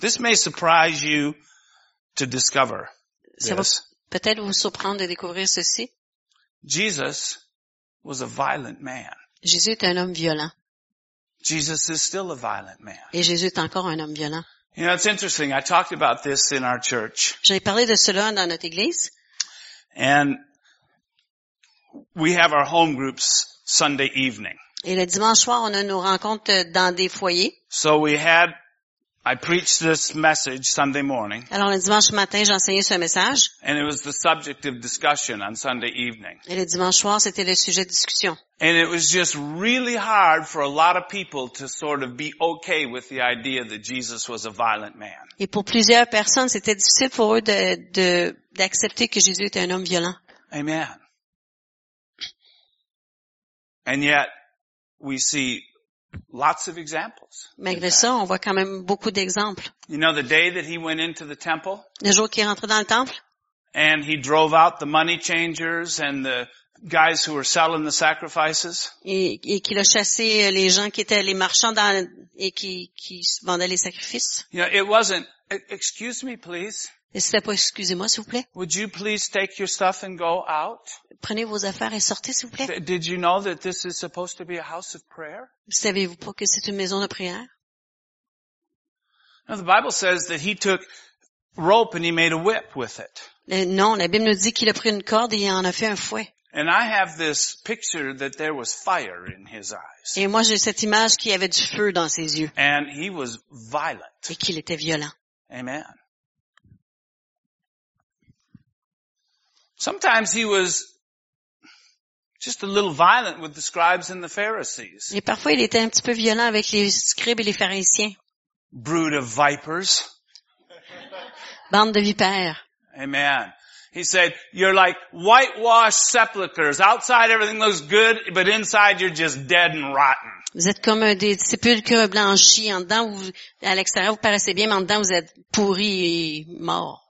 S1: This may surprise you to discover
S2: Ça va
S1: this.
S2: peut-être vous surprendre de découvrir ceci.
S1: Jesus was a violent man.
S2: Jésus est un homme violent
S1: Jesus is still a violent man.
S2: et Jésus est encore un homme violent.
S1: You know, it's interesting. I talked about this in our church
S2: J'ai parlé de cela dans notre église
S1: and we have our home groups Sunday evening.
S2: et le dimanche soir, on a nos rencontres dans des foyers.
S1: So we had, I preached this message Sunday morning
S2: Alors le dimanche matin, j'enseignais ce message
S1: and it was the subject of discussion on Sunday evening.
S2: et le dimanche soir, c'était le sujet de discussion.
S1: And it was just really hard for a lot of people to sort of be okay with the idea that Jesus was a violent man.
S2: Et pour plusieurs personnes, c'était difficile pour eux de- de- d'accepter que Jésus était un homme violent.
S1: Amen. And yet, we see lots of examples.
S2: Malgré ça, on voit quand même beaucoup d'exemples.
S1: You know, the day that he went into the temple
S2: Le jour qu'il est rentré dans le temple,
S1: and he drove out the money changers and the guys who were selling the sacrifices.
S2: et, et qu'il a chassé euh, les gens qui étaient les marchands dans, et qui, qui vendaient les sacrifices.
S1: You know, it wasn't, "E- excuse me please.
S2: Et si c'était pas, excusez-moi, s'il vous plaît.
S1: Would you please take your stuff and go out?
S2: Prenez vos affaires et sortez, s'il vous plaît.
S1: Th- Did you know that this is supposed to be a house of prayer?
S2: Savez-vous pas que c'est une maison de prière?
S1: Now the Bible says that he took rope and he made a whip with it.
S2: Euh, non, la Bible nous dit qu'il a pris une corde et il en a fait un fouet.
S1: And I have this picture that there was fire in his eyes.
S2: Et moi, j'ai cette image qu'il y avait du feu dans ses yeux
S1: And he was violent.
S2: et qu'il était violent.
S1: Amen. Sometimes he was just a little violent with the scribes and the Pharisees.
S2: Et parfois, il était un petit peu violent avec les scribes et les pharisiens.
S1: Brood of vipers.
S2: Bande de vipères.
S1: Amen. He said, you're like whitewashed sepulchres. Outside everything looks good, but inside you're just dead and rotten.
S2: Vous êtes comme un des sépulcres blanchis. En dedans, vous, à l'extérieur, vous paraissez bien, mais en dedans, vous êtes pourris et morts.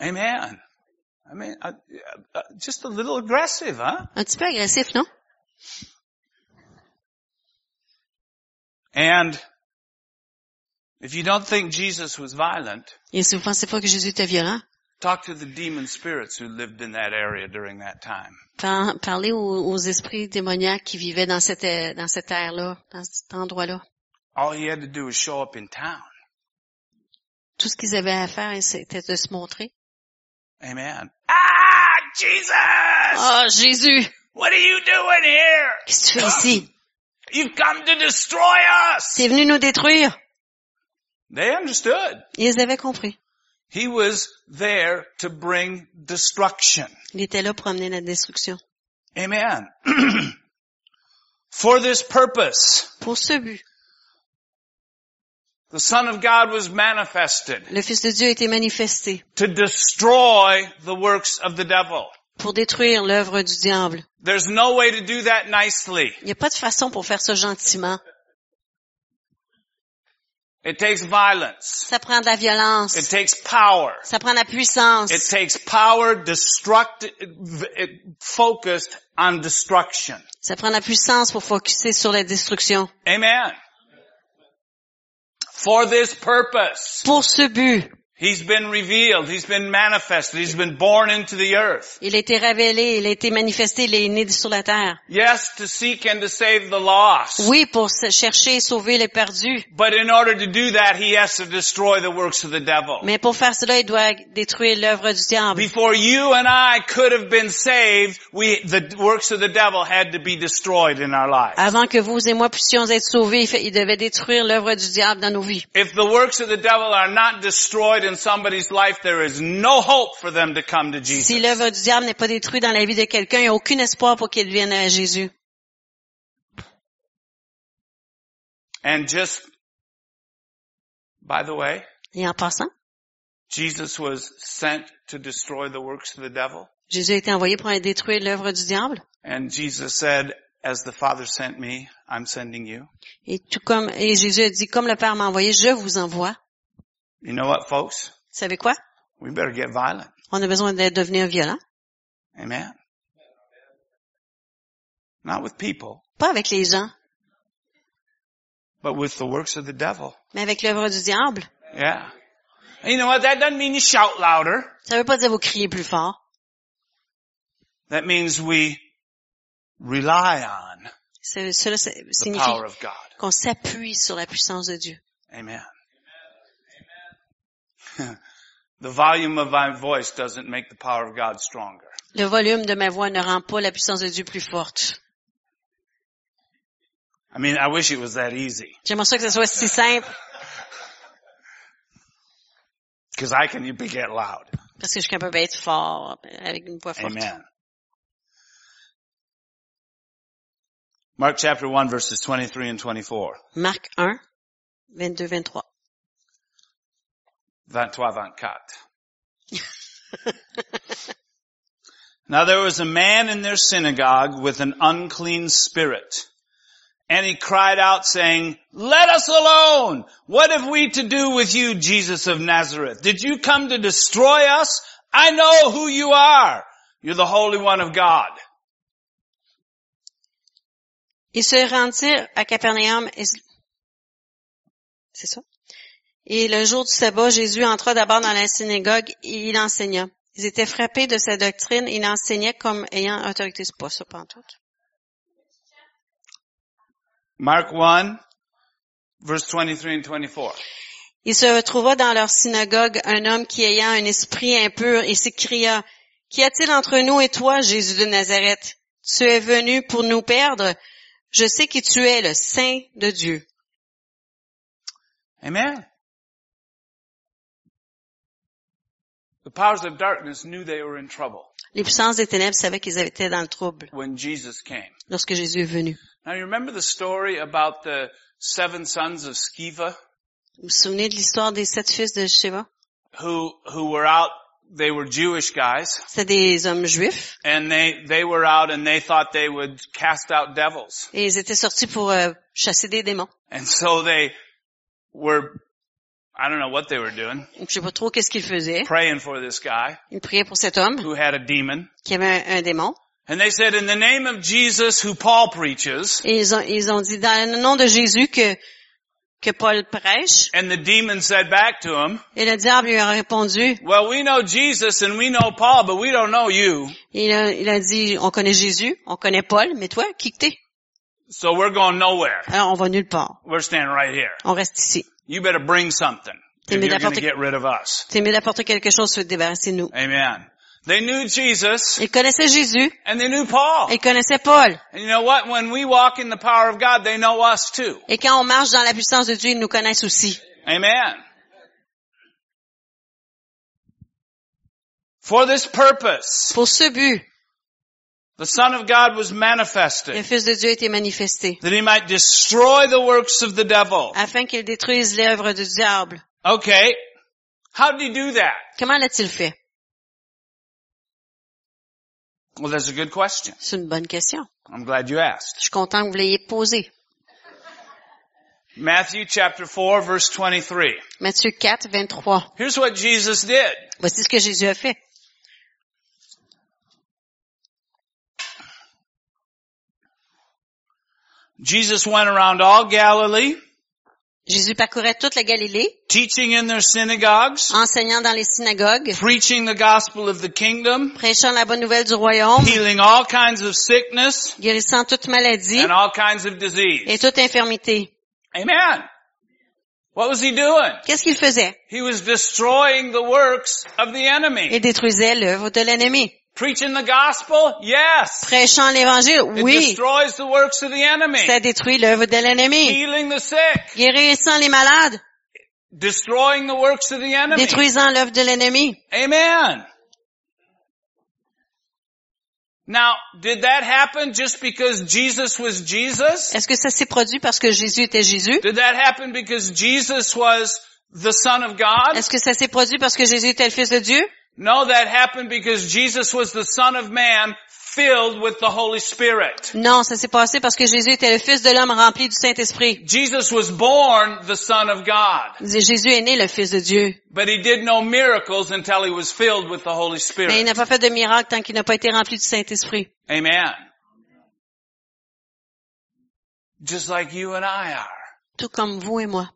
S1: Amen. I mean, uh, uh, just a little aggressive, huh?
S2: Un petit peu agressif, non?
S1: And if you don't think Jesus was violent,
S2: Et si vous pensez pas que Jésus était violent,
S1: talk to the demon spirits who lived in that area during that time.
S2: par- parlez aux, aux esprits démoniaques qui vivaient dans cette, euh, dans cette ère-là, dans cet endroit-là.
S1: All he had to do was show up in town.
S2: Tout ce qu'ils avaient à faire, c'était de se montrer.
S1: Amen. Ah, Jesus!
S2: Ah, Jésus!
S1: What are you doing here?
S2: Qu'est-ce que tu fais ici?
S1: You've come to destroy us!
S2: C'est venu nous détruire!
S1: They understood.
S2: Ils avaient compris.
S1: He was there to bring destruction.
S2: Il était là pour amener la destruction.
S1: Amen. (clears throat) For this purpose,
S2: Pour ce but,
S1: the Son of God was manifested
S2: le Fils de Dieu a été manifesté
S1: to destroy the works of the devil.
S2: pour détruire l'œuvre du diable.
S1: There's no way to do that nicely.
S2: Il n'y a pas de façon pour faire ça gentiment.
S1: It takes violence.
S2: Ça prend de la violence.
S1: It takes power.
S2: Ça prend de la puissance.
S1: It takes power destruct, it- focused on destruction.
S2: Ça prend de la puissance pour focuser sur la destruction.
S1: Amen. For this purpose,
S2: Pour ce but,
S1: He's been revealed. He's been manifested. He's been born into the earth.
S2: il a été révélé, il a été manifesté, il est né sur la terre.
S1: Yes, to seek and to save the lost.
S2: Oui, pour se chercher et sauver les perdus.
S1: But in order to do that, He has to destroy the works of the devil.
S2: Mais pour faire cela, il doit détruire l'œuvre du diable.
S1: Before you and I could have been saved, we, the works of the devil had to be destroyed in our lives.
S2: Avant que vous et moi puissions être sauvés, il fait- il devait détruire l'œuvre du diable dans nos vies.
S1: If the works of the devil are not destroyed in somebody's life, there is no hope for them to come to
S2: Si
S1: Jesus.
S2: l'œuvre du diable n'est pas détruite dans la vie de quelqu'un, il n'y a aucun espoir pour qu'il vienne à Jésus.
S1: And just, by the way,
S2: Et en passant,
S1: Jesus was sent to destroy the works of the devil.
S2: Jésus a été envoyé pour aller détruire l'œuvre du diable.
S1: And Jesus said, as the Father sent me, I'm sending you.
S2: Et tout comme, et Jésus a dit, comme le Père m'a envoyé, je vous envoie. Vous
S1: You know what, folks?
S2: savez quoi?
S1: We better get violent.
S2: On a besoin de devenir violent.
S1: Amen. Not with people,
S2: Pas avec les gens,
S1: but with the works of the devil.
S2: mais avec l'œuvre du diable.
S1: Yeah. And you know what? That doesn't mean you shout louder.
S2: Ça veut pas dire vous criez plus fort.
S1: That means we rely on
S2: Ça- Cela ça
S1: the
S2: signifie
S1: power of God.
S2: qu'on s'appuie sur la puissance de Dieu.
S1: Amen. (laughs) the volume of my voice doesn't make the power of God stronger.
S2: Le volume de ma voix ne rend pas la puissance de Dieu plus forte.
S1: I mean, I wish it was that easy
S2: J'aimerais ça que ce soit si simple,
S1: because I can be- get loud.
S2: parce que je suis capable d'être fort, avec une voix forte.
S1: Amen. Mark chapter 1 verses 23 and 24.
S2: Marc 1, 22, 23.
S1: 23, 24. now there was a man in their synagogue with an unclean spirit. And he cried out saying, let us alone. What have we to do with you, Jesus of Nazareth? Did you come to destroy us? I know who you are. You're the Holy One of God.
S2: Ils se rendirent à Capernaum et... C'est ça? Et le jour du sabbat, Jésus entra d'abord dans la synagogue et il enseigna. Ils étaient frappés de sa doctrine et il enseignait comme ayant autorité. C'est pas ça, pantoute.
S1: Mark 1, verse 23 and 24.
S2: Il se retrouva dans leur synagogue un homme qui ayant un esprit impur et s'écria, Qu'y a-t-il entre nous et toi, Jésus de Nazareth? Tu es venu pour nous perdre? Je sais que tu es le Saint de Dieu.
S1: Amen. The powers of darkness knew they were in trouble
S2: Les puissances des ténèbres savaient qu'ils étaient dans le trouble
S1: when Jesus came.
S2: lorsque Jésus est venu.
S1: Now you remember the story about the seven sons of Sceva
S2: Vous vous souvenez de l'histoire des sept fils de Sheba?
S1: who, who were out, they were Jewish guys
S2: C'était des hommes juifs
S1: and they, they were out and they thought they would cast out devils.
S2: et ils étaient sortis pour euh, chasser des démons.
S1: And so they were, I don't know what they were doing,
S2: Je sais pas trop qu'est-ce qu'ils faisaient.
S1: praying for this guy
S2: Ils priaient pour cet homme
S1: who had a demon.
S2: qui avait un, un démon.
S1: And they said, in the name of Jesus who Paul preaches,
S2: Et ils ont, ils ont dit dans le nom de Jésus que, que Paul prêche.
S1: and the demon said back to him,
S2: Et le diable lui a répondu.
S1: well, we know Jesus and we know Paul, but we don't know you.
S2: Il a, il a dit, on connaît Jésus, on connaît Paul, mais toi, qui que t'es?
S1: So we're going nowhere.
S2: Alors, on va nulle part.
S1: We're standing right here.
S2: On reste ici.
S1: You better bring something
S2: Give
S1: if
S2: me
S1: you're
S2: that
S1: going to
S2: partic-
S1: get rid of us.
S2: C'est mieux d'apporter quelque chose, se débarrasser de nous.
S1: Amen. They knew Jesus
S2: Ils connaissaient Jésus,
S1: and they knew Paul.
S2: ils connaissaient Paul.
S1: And you know what? When we walk in the power of God, they know us too.
S2: Et quand on marche dans la puissance de Dieu, ils nous connaissent aussi.
S1: Amen. For this purpose,
S2: Pour ce but,
S1: the Son of God was
S2: le
S1: manifested
S2: Fils de Dieu a été manifesté,
S1: that he might destroy the works of the devil.
S2: afin qu'il détruise l'œuvre du diable.
S1: Okay. How did he do that?
S2: Comment l'a-t-il fait?
S1: Well, that's a good question.
S2: C'est une bonne question.
S1: I'm glad you asked.
S2: Je suis content que vous l'ayez posée.
S1: Matthew chapter 4 verse 23.
S2: Matthieu 4, 23.
S1: Here's what Jesus did.
S2: Voici ce que Jésus a fait.
S1: Jesus went around all Galilee,
S2: Jésus parcourait toute la Galilée,
S1: teaching in their synagogues,
S2: enseignant dans les synagogues,
S1: preaching the gospel of the kingdom,
S2: prêchant la bonne nouvelle du royaume,
S1: healing all kinds of sickness
S2: guérissant toute maladie
S1: and all kinds of
S2: et
S1: disease.
S2: toute infirmité.
S1: Amen. What was he doing?
S2: Qu'est-ce qu'il faisait?
S1: He was destroying the works of the
S2: Il
S1: enemy.
S2: détruisait l'œuvre de l'ennemi.
S1: Preaching the gospel? Yes.
S2: Prêchant l'évangile,
S1: It
S2: oui,
S1: destroys the works of the enemy.
S2: ça détruit l'œuvre de
S1: (laughs)
S2: l'ennemi.
S1: Healing the sick.
S2: Guérissant les malades,
S1: Destroying the works of the enemy.
S2: détruisant l'œuvre de l'ennemi.
S1: Amen. Now, did that happen just because Jesus was Jesus?
S2: Est-ce que ça s'est produit parce que Jésus était Jésus?
S1: Did that happen because Jesus was the Son of God?
S2: Est-ce que ça s'est produit parce que Jésus était le Fils de Dieu?
S1: No, that happened because Jesus was the Son of Man filled with the Holy Spirit.
S2: Non, ça s'est passé parce que Jésus était le Fils de l'homme rempli du Saint-Esprit.
S1: Jesus was born the Son of God,
S2: Jésus est né le Fils de Dieu.
S1: but he did no miracles until he was filled with the Holy
S2: Mais il
S1: Spirit.
S2: n'a pas fait de miracle tant qu'il n'a pas été rempli du Saint-Esprit.
S1: Amen. Just like you and I are.
S2: Tout comme vous et moi.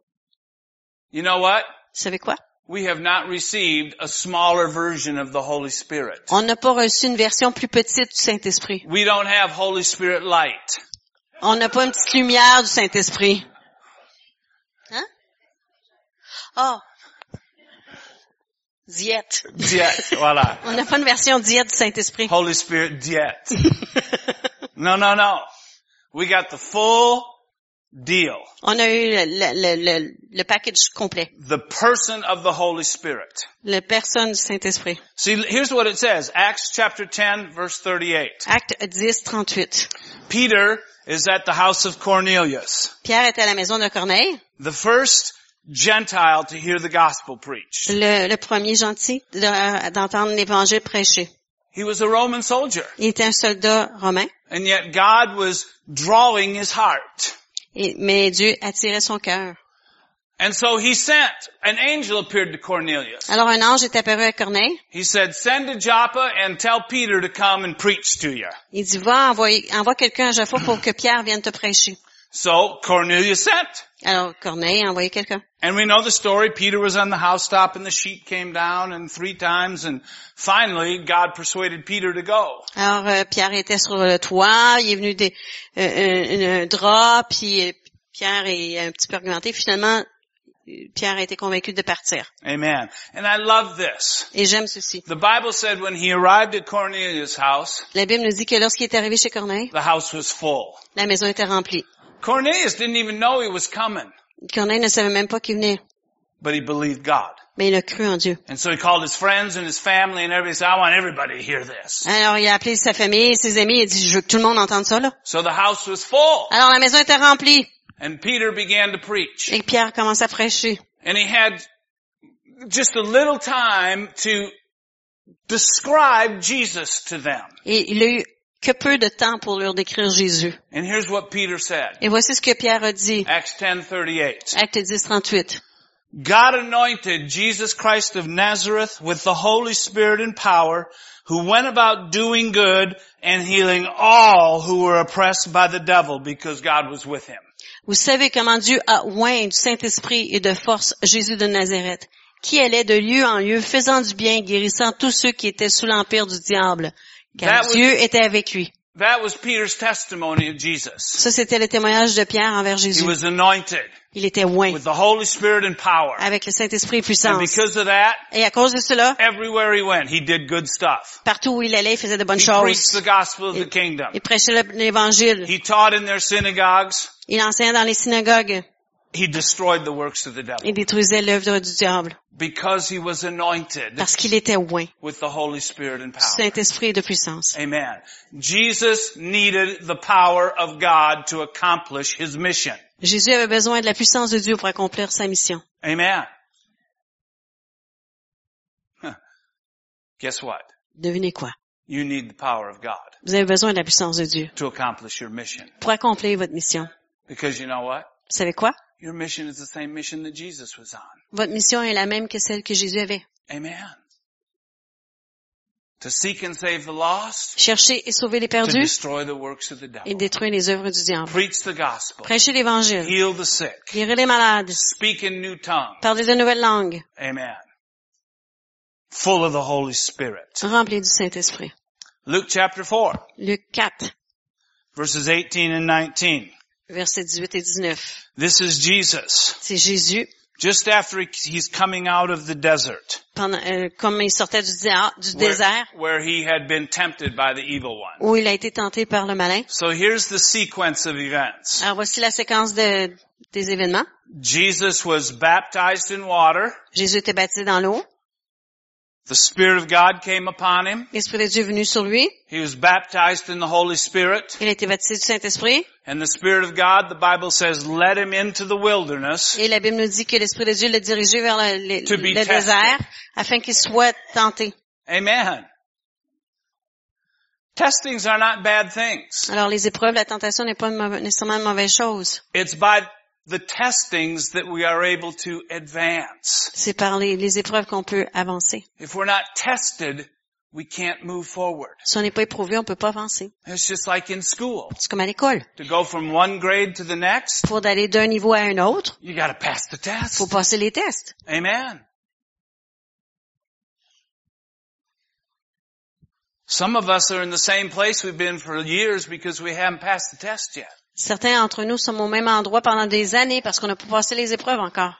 S1: You know what?
S2: Vous savez quoi?
S1: we have not received a smaller version of the Holy Spirit.
S2: On n'a pas reçu une version plus petite du Saint-Esprit.
S1: We don't have Holy Spirit light.
S2: On n'a pas une petite lumière du Saint-Esprit. Hein? Oh! Diète.
S1: Diet, voila.
S2: On n'a pas une version diète du Saint-Esprit.
S1: Holy Spirit diet.
S2: (laughs)
S1: No, no, no. We got the full deal.
S2: On a eu le, le- le- le- le package complet.
S1: The person of the Holy Spirit.
S2: La personne du Saint-Esprit.
S1: See, here's what it says. Acts chapter 10 verse 38.
S2: Acte 10, 38.
S1: Peter is at the house of Cornelius,
S2: Pierre était à la maison de Corneille,
S1: the first Gentile to hear the gospel preached.
S2: le, le premier gentil de- d'entendre l'évangile prêché.
S1: He was a Roman soldier,
S2: Il était un soldat romain,
S1: and yet God was drawing his heart.
S2: et- mais Dieu attirait son cœur.
S1: And so he sent, an angel appeared to Cornelius.
S2: Alors un ange est apparu à Corneille.
S1: He said, send to Joppa and tell Peter to come and preach to you.
S2: Il dit, va envoyer, envoie quelqu'un à Jaffa pour que Pierre vienne te prêcher.
S1: So Cornelius sent.
S2: Alors Corneille a envoyé quelqu'un.
S1: And we know the story. Peter was on the housetop and the sheet came down and three times and finally God persuaded Peter to go.
S2: Alors euh, Pierre était sur le toit, il est venu des, euh, un, un drap, puis euh, Pierre est un petit peu argumenté. Finalement, euh, Pierre a été convaincu de partir.
S1: Amen. And I love this.
S2: Et j'aime ceci.
S1: The Bible said when he arrived at Cornelius' house,
S2: La Bible nous dit que lorsqu'il est arrivé chez Corneille,
S1: the house was full.
S2: la maison était remplie.
S1: Cornelius didn't even know he was coming,
S2: Corneille ne savait même pas qu'il venait,
S1: but he believed God.
S2: mais il a cru en Dieu.
S1: And so he called his friends and his family and everybody said, I want everybody to hear this.
S2: Alors il a appelé sa famille, ses amis, il a dit, je veux que tout le monde entende ça, là.
S1: So the house was full
S2: Alors la maison était remplie,
S1: and Peter began to preach.
S2: et Pierre commence à prêcher.
S1: And he had just a little time to describe Jesus to them.
S2: Et il a eu que peu de temps pour leur décrire Jésus.
S1: And here's what Peter said.
S2: Et voici ce que Pierre a dit.
S1: Acts 10:38.
S2: Acte 10, 38.
S1: God anointed Jesus Christ of Nazareth with the Holy Spirit and power, who went about doing good and healing all who were oppressed by the devil because God was with him.
S2: Vous savez comment Dieu a oint du Saint-Esprit et de force Jésus de Nazareth, qui allait de lieu en lieu, faisant du bien, guérissant tous ceux qui étaient sous l'empire du diable, car
S1: That was-
S2: Dieu était avec lui.
S1: That was Peter's testimony of Jesus.
S2: Ça, c'était le témoignage de Pierre envers
S1: He
S2: Jésus.
S1: was anointed
S2: Il était oint
S1: with the Holy Spirit and power.
S2: avec le Saint-Esprit et
S1: And
S2: puissance.
S1: because of that,
S2: Et à cause de cela,
S1: everywhere he went, he did good stuff.
S2: partout où il allait, il faisait de bonnes
S1: He preached
S2: choses.
S1: the gospel of the kingdom.
S2: Il prêchait le- l'Évangile.
S1: He taught in their synagogues.
S2: Il enseignait dans les synagogues.
S1: He destroyed the works of the devil
S2: Il détruisait l'œuvre du diable
S1: because he was anointed
S2: parce qu'il était oint du
S1: with the Holy Spirit and power.
S2: Saint-Esprit et de puissance.
S1: Amen. Jesus needed the power of God to accomplish his mission.
S2: Jésus avait besoin de la puissance de Dieu pour accomplir sa mission.
S1: Amen. Huh. Guess what?
S2: Devinez quoi?
S1: You need the power of God
S2: Vous avez besoin de la puissance de Dieu
S1: to accomplish your mission.
S2: pour accomplir votre mission. Vous
S1: Because you know what?
S2: savez quoi?
S1: Your mission is the same mission that Jesus was on.
S2: Votre mission est la même que celle que Jésus avait.
S1: Amen. To seek and save the lost,
S2: Chercher et sauver les
S1: to
S2: perdus
S1: destroy the works of the
S2: et
S1: devil,
S2: détruire les œuvres du diable.
S1: preach the gospel,
S2: Prêcher l'Évangile.
S1: heal the sick,
S2: Guérir les malades.
S1: speak in new tongues.
S2: Parler de nouvelles langues.
S1: Amen. Full of the Holy Spirit.
S2: Remplir du Saint-Esprit.
S1: Luke chapter 4,
S2: Luc 4,
S1: verses 18 and 19.
S2: versets 18 et 19.
S1: This is Jesus,
S2: C'est Jésus,
S1: just after he- he's coming out of the desert,
S2: pendant, euh, comme il sortait du, dia- du
S1: where,
S2: désert,
S1: where he had been tempted by the evil one.
S2: où il a été tenté par le malin.
S1: So here's the sequence of events.
S2: Alors voici la séquence de- des événements.
S1: Jesus was baptized in water.
S2: Jésus était baptisé dans l'eau.
S1: The Spirit of God came upon him.
S2: L'Esprit de Dieu est venu sur lui.
S1: He was baptized in the Holy Spirit.
S2: Il a été baptisé du Saint-Esprit.
S1: And the Spirit of God, the Bible says, led him into the wilderness
S2: Et la Bible nous dit que l'Esprit de Dieu l'a dirigé vers le, le-
S1: To be
S2: le
S1: tested.
S2: désert afin qu'il soit tenté.
S1: Amen. Testings are not bad things.
S2: Alors les épreuves, la tentation n'est pas une mauva- nécessairement une mauvaise chose.
S1: It's by the testings that we are able to advance.
S2: C'est par les, les épreuves qu'on peut avancer.
S1: If we're not tested, we can't move forward.
S2: Si on n'est pas éprouvé, on peut pas avancer.
S1: It's just like in school.
S2: C'est comme à l'école.
S1: To go from one grade to the next,
S2: Pour d'aller d'un niveau à un autre,
S1: you gotta pass the
S2: faut
S1: test.
S2: passer les tests.
S1: Amen. Some of us are in the same place we've been for years because we haven't passed the test yet.
S2: Certains d'entre nous sont au même endroit pendant des années parce qu'on n'a pas passé les épreuves encore.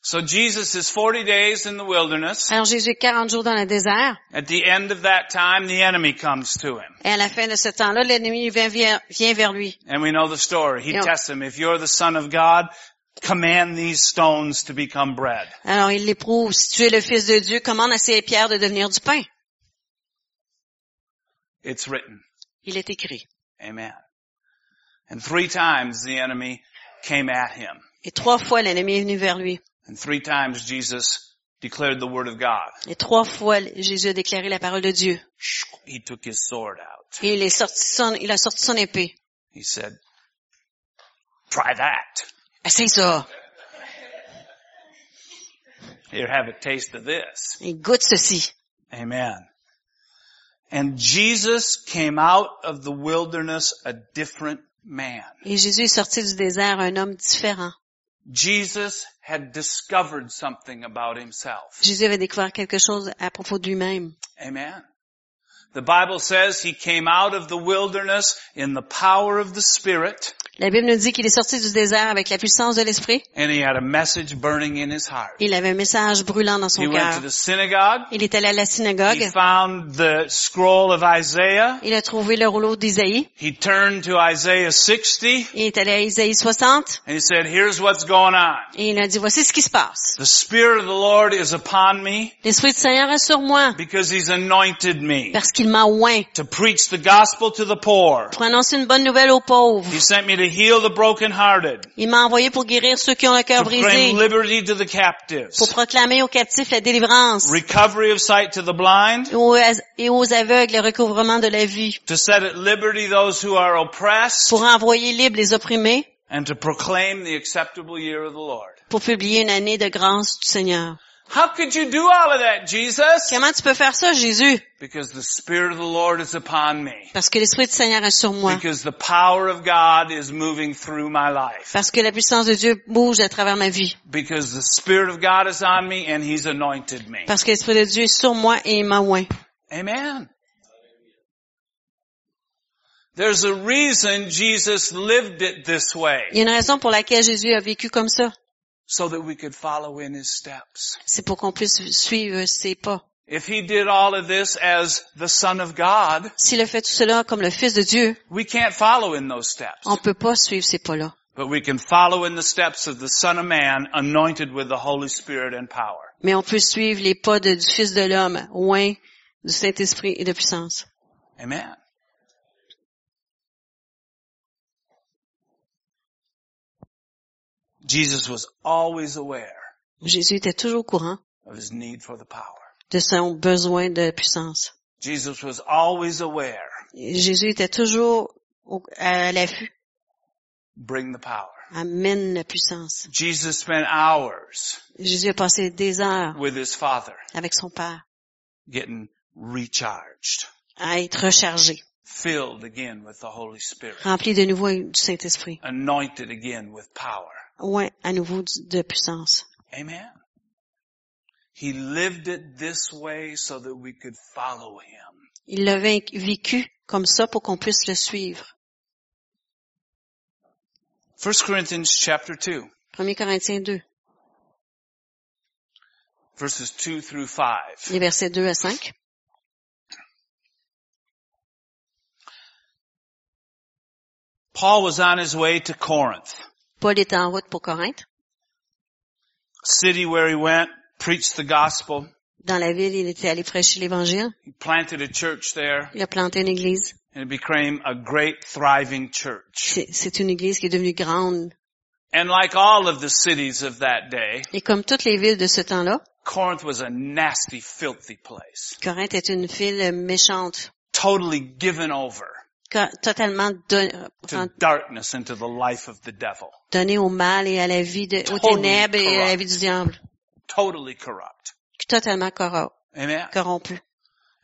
S1: So Jesus is 40 days in the wilderness.
S2: Alors Jésus est 40 jours dans le désert
S1: At the end of that time, the enemy comes to him.
S2: et à la fin de ce temps-là, l'ennemi vient- vient- vient vers lui.
S1: And we know the story. He
S2: Yeah.
S1: tests him. If you're the son of God, command these stones to become bread.
S2: Alors il l'éprouve. Si tu es le Fils de Dieu, commande à ces pierres de devenir du pain.
S1: It's written.
S2: Il est écrit.
S1: Amen. And three times the enemy came at him.
S2: Et trois fois l'ennemi est venu vers lui.
S1: And three times Jesus declared the word of God.
S2: Et trois fois Jésus a déclaré la parole de Dieu.
S1: He took his sword out.
S2: Et il, est sorti son- il a sorti son épée.
S1: He said, try that.
S2: Essaye ça.
S1: Here, have a taste of this.
S2: Et goûte ceci.
S1: Amen. And Jesus came out of the wilderness a different man.
S2: Et Jésus est sorti du désert un homme différent.
S1: Jesus had discovered something about himself.
S2: Jésus avait découvert quelque chose à propos de lui-même.
S1: Amen. The Bible says he came out of the wilderness in the power of the Spirit
S2: La Bible nous dit qu'il est sorti du désert avec la puissance de l'esprit.
S1: and he had a message burning in his heart.
S2: Il avait un message brûlant dans
S1: He
S2: son
S1: went to
S2: cœur.
S1: the synagogue.
S2: Il est allé à la
S1: He
S2: synagogue.
S1: found the scroll of Isaiah.
S2: Il a trouvé le rouleau d'Isaïe.
S1: He turned to Isaiah 60
S2: Il est allé à Isaïe 60
S1: and he said, here's what's going on.
S2: et il a dit, voici ce qui se passe.
S1: The Spirit of the Lord is upon me
S2: L'Esprit du Seigneur est sur moi
S1: because he's anointed me
S2: parce qu'il m'a oint
S1: to preach the gospel to the poor.
S2: pour annoncer une bonne nouvelle aux pauvres.
S1: He sent me to heal the brokenhearted,
S2: Il m'a envoyé pour guérir ceux qui ont le
S1: to
S2: cœur brisé,
S1: proclaim liberty to the
S2: pour
S1: captives,
S2: proclamer aux captifs la délivrance
S1: recovery of sight to the blind,
S2: et aux- et aux aveugles le recouvrement de la vie,
S1: to set at liberty those who are oppressed,
S2: pour envoyer libres les opprimés,
S1: and to proclaim the acceptable year of the Lord.
S2: pour publier une année de grâce du Seigneur.
S1: How could you do all of that, Jesus?
S2: Comment tu peux faire ça, Jésus?
S1: Because the Spirit of the Lord is upon me.
S2: Parce que l'Esprit du Seigneur est sur moi.
S1: Because the power of God is moving through my life.
S2: Parce que la puissance de Dieu bouge à travers ma vie.
S1: Because the Spirit of God is on me and He's anointed me.
S2: Parce que l'Esprit de Dieu est sur moi et il m'a oint.
S1: Amen. There's a reason Jesus lived it this
S2: Il y
S1: way,
S2: a une raison pour laquelle Jésus a vécu comme ça.
S1: so that we could follow in His steps.
S2: C'est pour qu'on puisse suivre ses pas.
S1: If He did all of this as the Son of God,
S2: S'il a fait tout cela comme le Fils de Dieu,
S1: we can't follow in those steps.
S2: on peut pas suivre ces pas-là.
S1: But we can follow in the steps of the Son of Man, anointed with the Holy Spirit and power.
S2: mais on peut suivre les pas de- du Fils de l'homme, loin du Saint-Esprit et de puissance.
S1: Amen. Jesus was always aware
S2: Jésus était toujours au courant
S1: of his need for the power.
S2: de son besoin de puissance.
S1: Jesus was always aware.
S2: Jésus était toujours au- à l'affût.
S1: Bring the power.
S2: Amène la puissance.
S1: Jesus spent hours
S2: Jésus a passé des heures
S1: with his father
S2: avec son Père
S1: getting recharged,
S2: à être rechargé,
S1: filled again with the Holy Spirit,
S2: rempli de nouveau du Saint-Esprit,
S1: anointed again with power.
S2: loin à nouveau du- de puissance.
S1: Amen. He lived it this way so that we could follow him.
S2: Il l'a vain- vécu comme ça pour qu'on puisse le suivre.
S1: 1 Corinthians chapter 2,
S2: 1 Corinthiens 2,
S1: verses 2 through 5.
S2: les versets 2 à 5.
S1: Paul was on his way to Corinth,
S2: Paul était en route pour Corinthe.
S1: city where he went, preached the gospel.
S2: dans la ville, il était allé prêcher l'Évangile.
S1: He planted a church there
S2: Il a planté une église.
S1: and it became a great thriving church.
S2: C'est c'est une église qui est devenue grande.
S1: And like all of the cities of that day,
S2: Et comme toutes les villes de ce temps-là,
S1: Corinth was a nasty, filthy place,
S2: Corinthe est une ville méchante,
S1: totally given over
S2: co- totalement don-
S1: to
S2: rend-
S1: darkness and to the life of the devil,
S2: donnée au mal et à la vie de, aux
S1: Totally
S2: ténèbres et à la
S1: corrupt.
S2: vie du diable,
S1: totally corrupt.
S2: totalement corro-
S1: Amen.
S2: corrompu.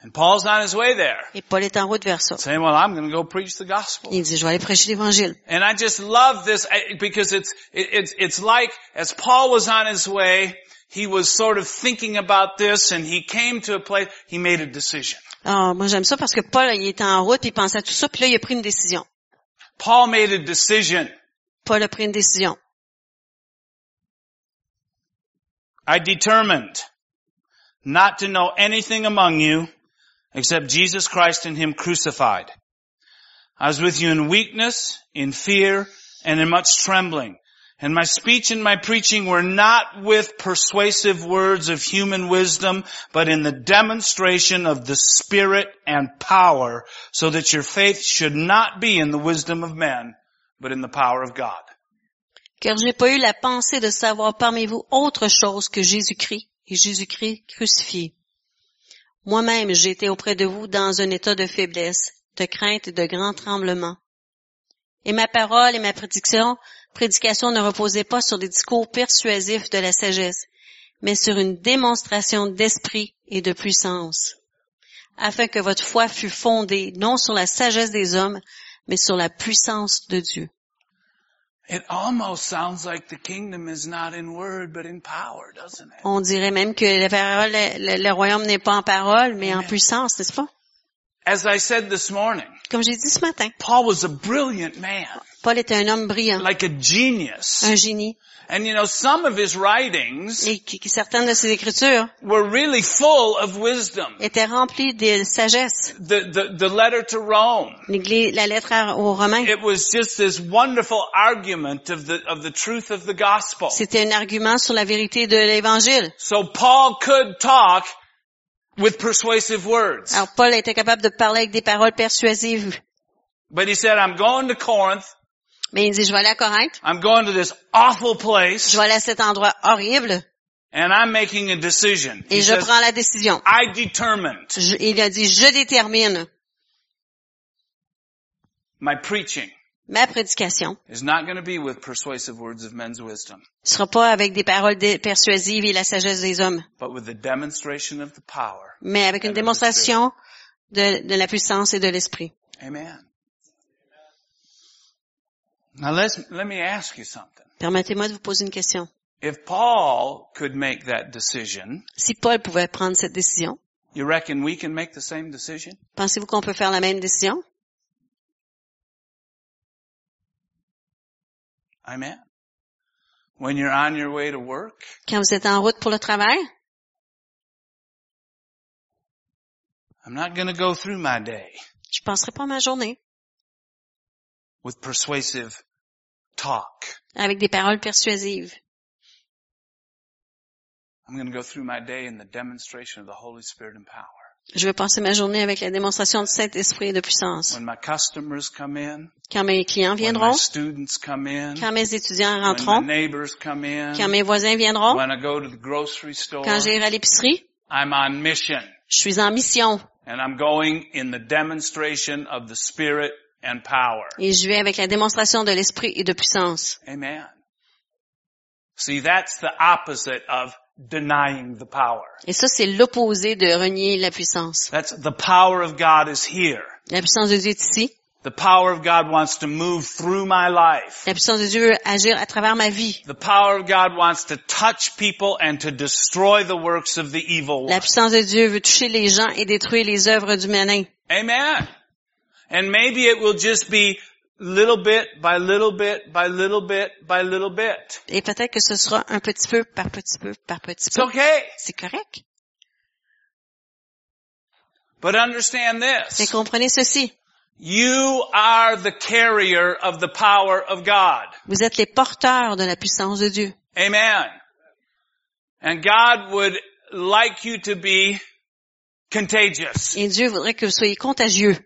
S1: And Paul's on his way there,
S2: Et Paul est en route vers ça.
S1: saying, "Well, I'm going to go preach the gospel."
S2: Il dit, je vais aller prêcher l'Évangile.
S1: And I just love this eh, because it's it, it's it's like as Paul was on his way, he was sort of thinking about this, and he came to a place. He made a decision.
S2: Ah, moi j'aime ça parce que Paul, il était en route, il pensait à tout ça, puis là, il a pris une décision.
S1: Paul made a decision.
S2: Paul a pris une décision.
S1: I determined not to know anything among you except Jesus Christ and Him crucified. I was with you in weakness, in fear, and in much trembling. And my speech and my preaching were not with persuasive words of human wisdom, but in the demonstration of the Spirit and power, so that your faith should not be in the wisdom of men, but in the power of God.
S2: car je n'ai pas eu la pensée de savoir parmi vous autre chose que Jésus-Christ et Jésus-Christ crucifié. Moi-même, j'ai été auprès de vous dans un état de faiblesse, de crainte et de grand tremblement. Et ma parole et ma prédiction, prédication ne reposaient pas sur des discours persuasifs de la sagesse, mais sur une démonstration d'esprit et de puissance, afin que votre foi fût fondée non sur la sagesse des hommes, mais sur la puissance de Dieu.
S1: It almost sounds like the kingdom is not in word, but in power, doesn't it?
S2: On dirait même que la parole, le, le royaume n'est pas en parole, mais en
S1: Amen.
S2: puissance, n'est-ce pas?
S1: As I said this morning,
S2: Comme j'ai dit ce matin,
S1: Paul was a brilliant man,
S2: Paul était un homme brillant,
S1: like a genius.
S2: un génie,
S1: And you know, some of his writings
S2: et qui- qui- certaines de ses écritures
S1: were really full of wisdom.
S2: étaient remplies de sagesse.
S1: The, the, the letter to Rome,
S2: L'Église- La lettre à- aux Romains,
S1: it was just this wonderful argument of the, of the truth of the gospel.
S2: c'était un argument sur la vérité de l'Évangile.
S1: So Paul could talk with persuasive words.
S2: Alors Paul était capable de parler avec des paroles persuasives,
S1: But he said, I'm going to Corinth.
S2: mais il dit, je vais aller à Corinthe,
S1: I'm going to this awful place
S2: je vais aller à cet endroit horrible,
S1: and I'm making a decision. He
S2: et je
S1: says,
S2: prends la décision.
S1: I determined
S2: Je- il a dit, je détermine,
S1: my preaching
S2: ma prédication
S1: is not going to be with persuasive words of men's wisdom,
S2: ne sera pas avec des paroles dé- persuasives et la sagesse des hommes,
S1: but with the demonstration of the power.
S2: mais avec une démonstration de, de la puissance et de l'esprit.
S1: Amen. Now let's, let me ask you something.
S2: Permettez-moi de vous poser une question.
S1: If Paul could make that decision,
S2: Si Paul pouvait prendre cette décision,
S1: you reckon we can make the same decision?
S2: pensez-vous qu'on peut faire la même décision?
S1: Amen. When you're on your way to work,
S2: Quand vous êtes en route pour le travail,
S1: I'm not going to go through my day
S2: je penserai pas à ma journée
S1: with persuasive talk.
S2: avec des paroles persuasives.
S1: I'm going to go through my day in the demonstration of the Holy Spirit and power.
S2: Je vais passer ma journée avec la démonstration du Saint-Esprit et de puissance.
S1: When my customers come in,
S2: Quand mes clients
S1: when my
S2: viendront,
S1: students come in,
S2: quand mes étudiants
S1: when my
S2: rentreront,
S1: neighbors come in,
S2: quand mes voisins viendront,
S1: when I go to the grocery store,
S2: quand j'irai à l'épicerie,
S1: I'm on mission
S2: je suis en mission
S1: and I'm going in the demonstration of the Spirit and power.
S2: et je vais avec la démonstration de l'Esprit et de puissance.
S1: Amen. See, that's the opposite of denying the power.
S2: Et ça, c'est l'opposé de renier la puissance.
S1: That's the power of God is here.
S2: La puissance de Dieu est ici.
S1: The power of God wants to move through my life.
S2: La puissance de Dieu veut agir à travers ma vie.
S1: The power of God wants to touch people and to destroy the works of the evil
S2: La
S1: one.
S2: puissance de Dieu veut toucher les gens et détruire les œuvres du malin.
S1: Amen. And maybe it will just be little bit by little bit by little bit by little bit.
S2: Et peut-être que ce sera un petit peu par petit peu par petit
S1: It's
S2: peu.
S1: okay.
S2: C'est correct.
S1: But understand
S2: Mais
S1: this.
S2: comprenez ceci.
S1: You are the carrier of the power of God.
S2: Vous êtes les porteurs de la puissance de Dieu.
S1: Amen. And God would like you to be contagious.
S2: Et Dieu voudrait que vous soyez contagieux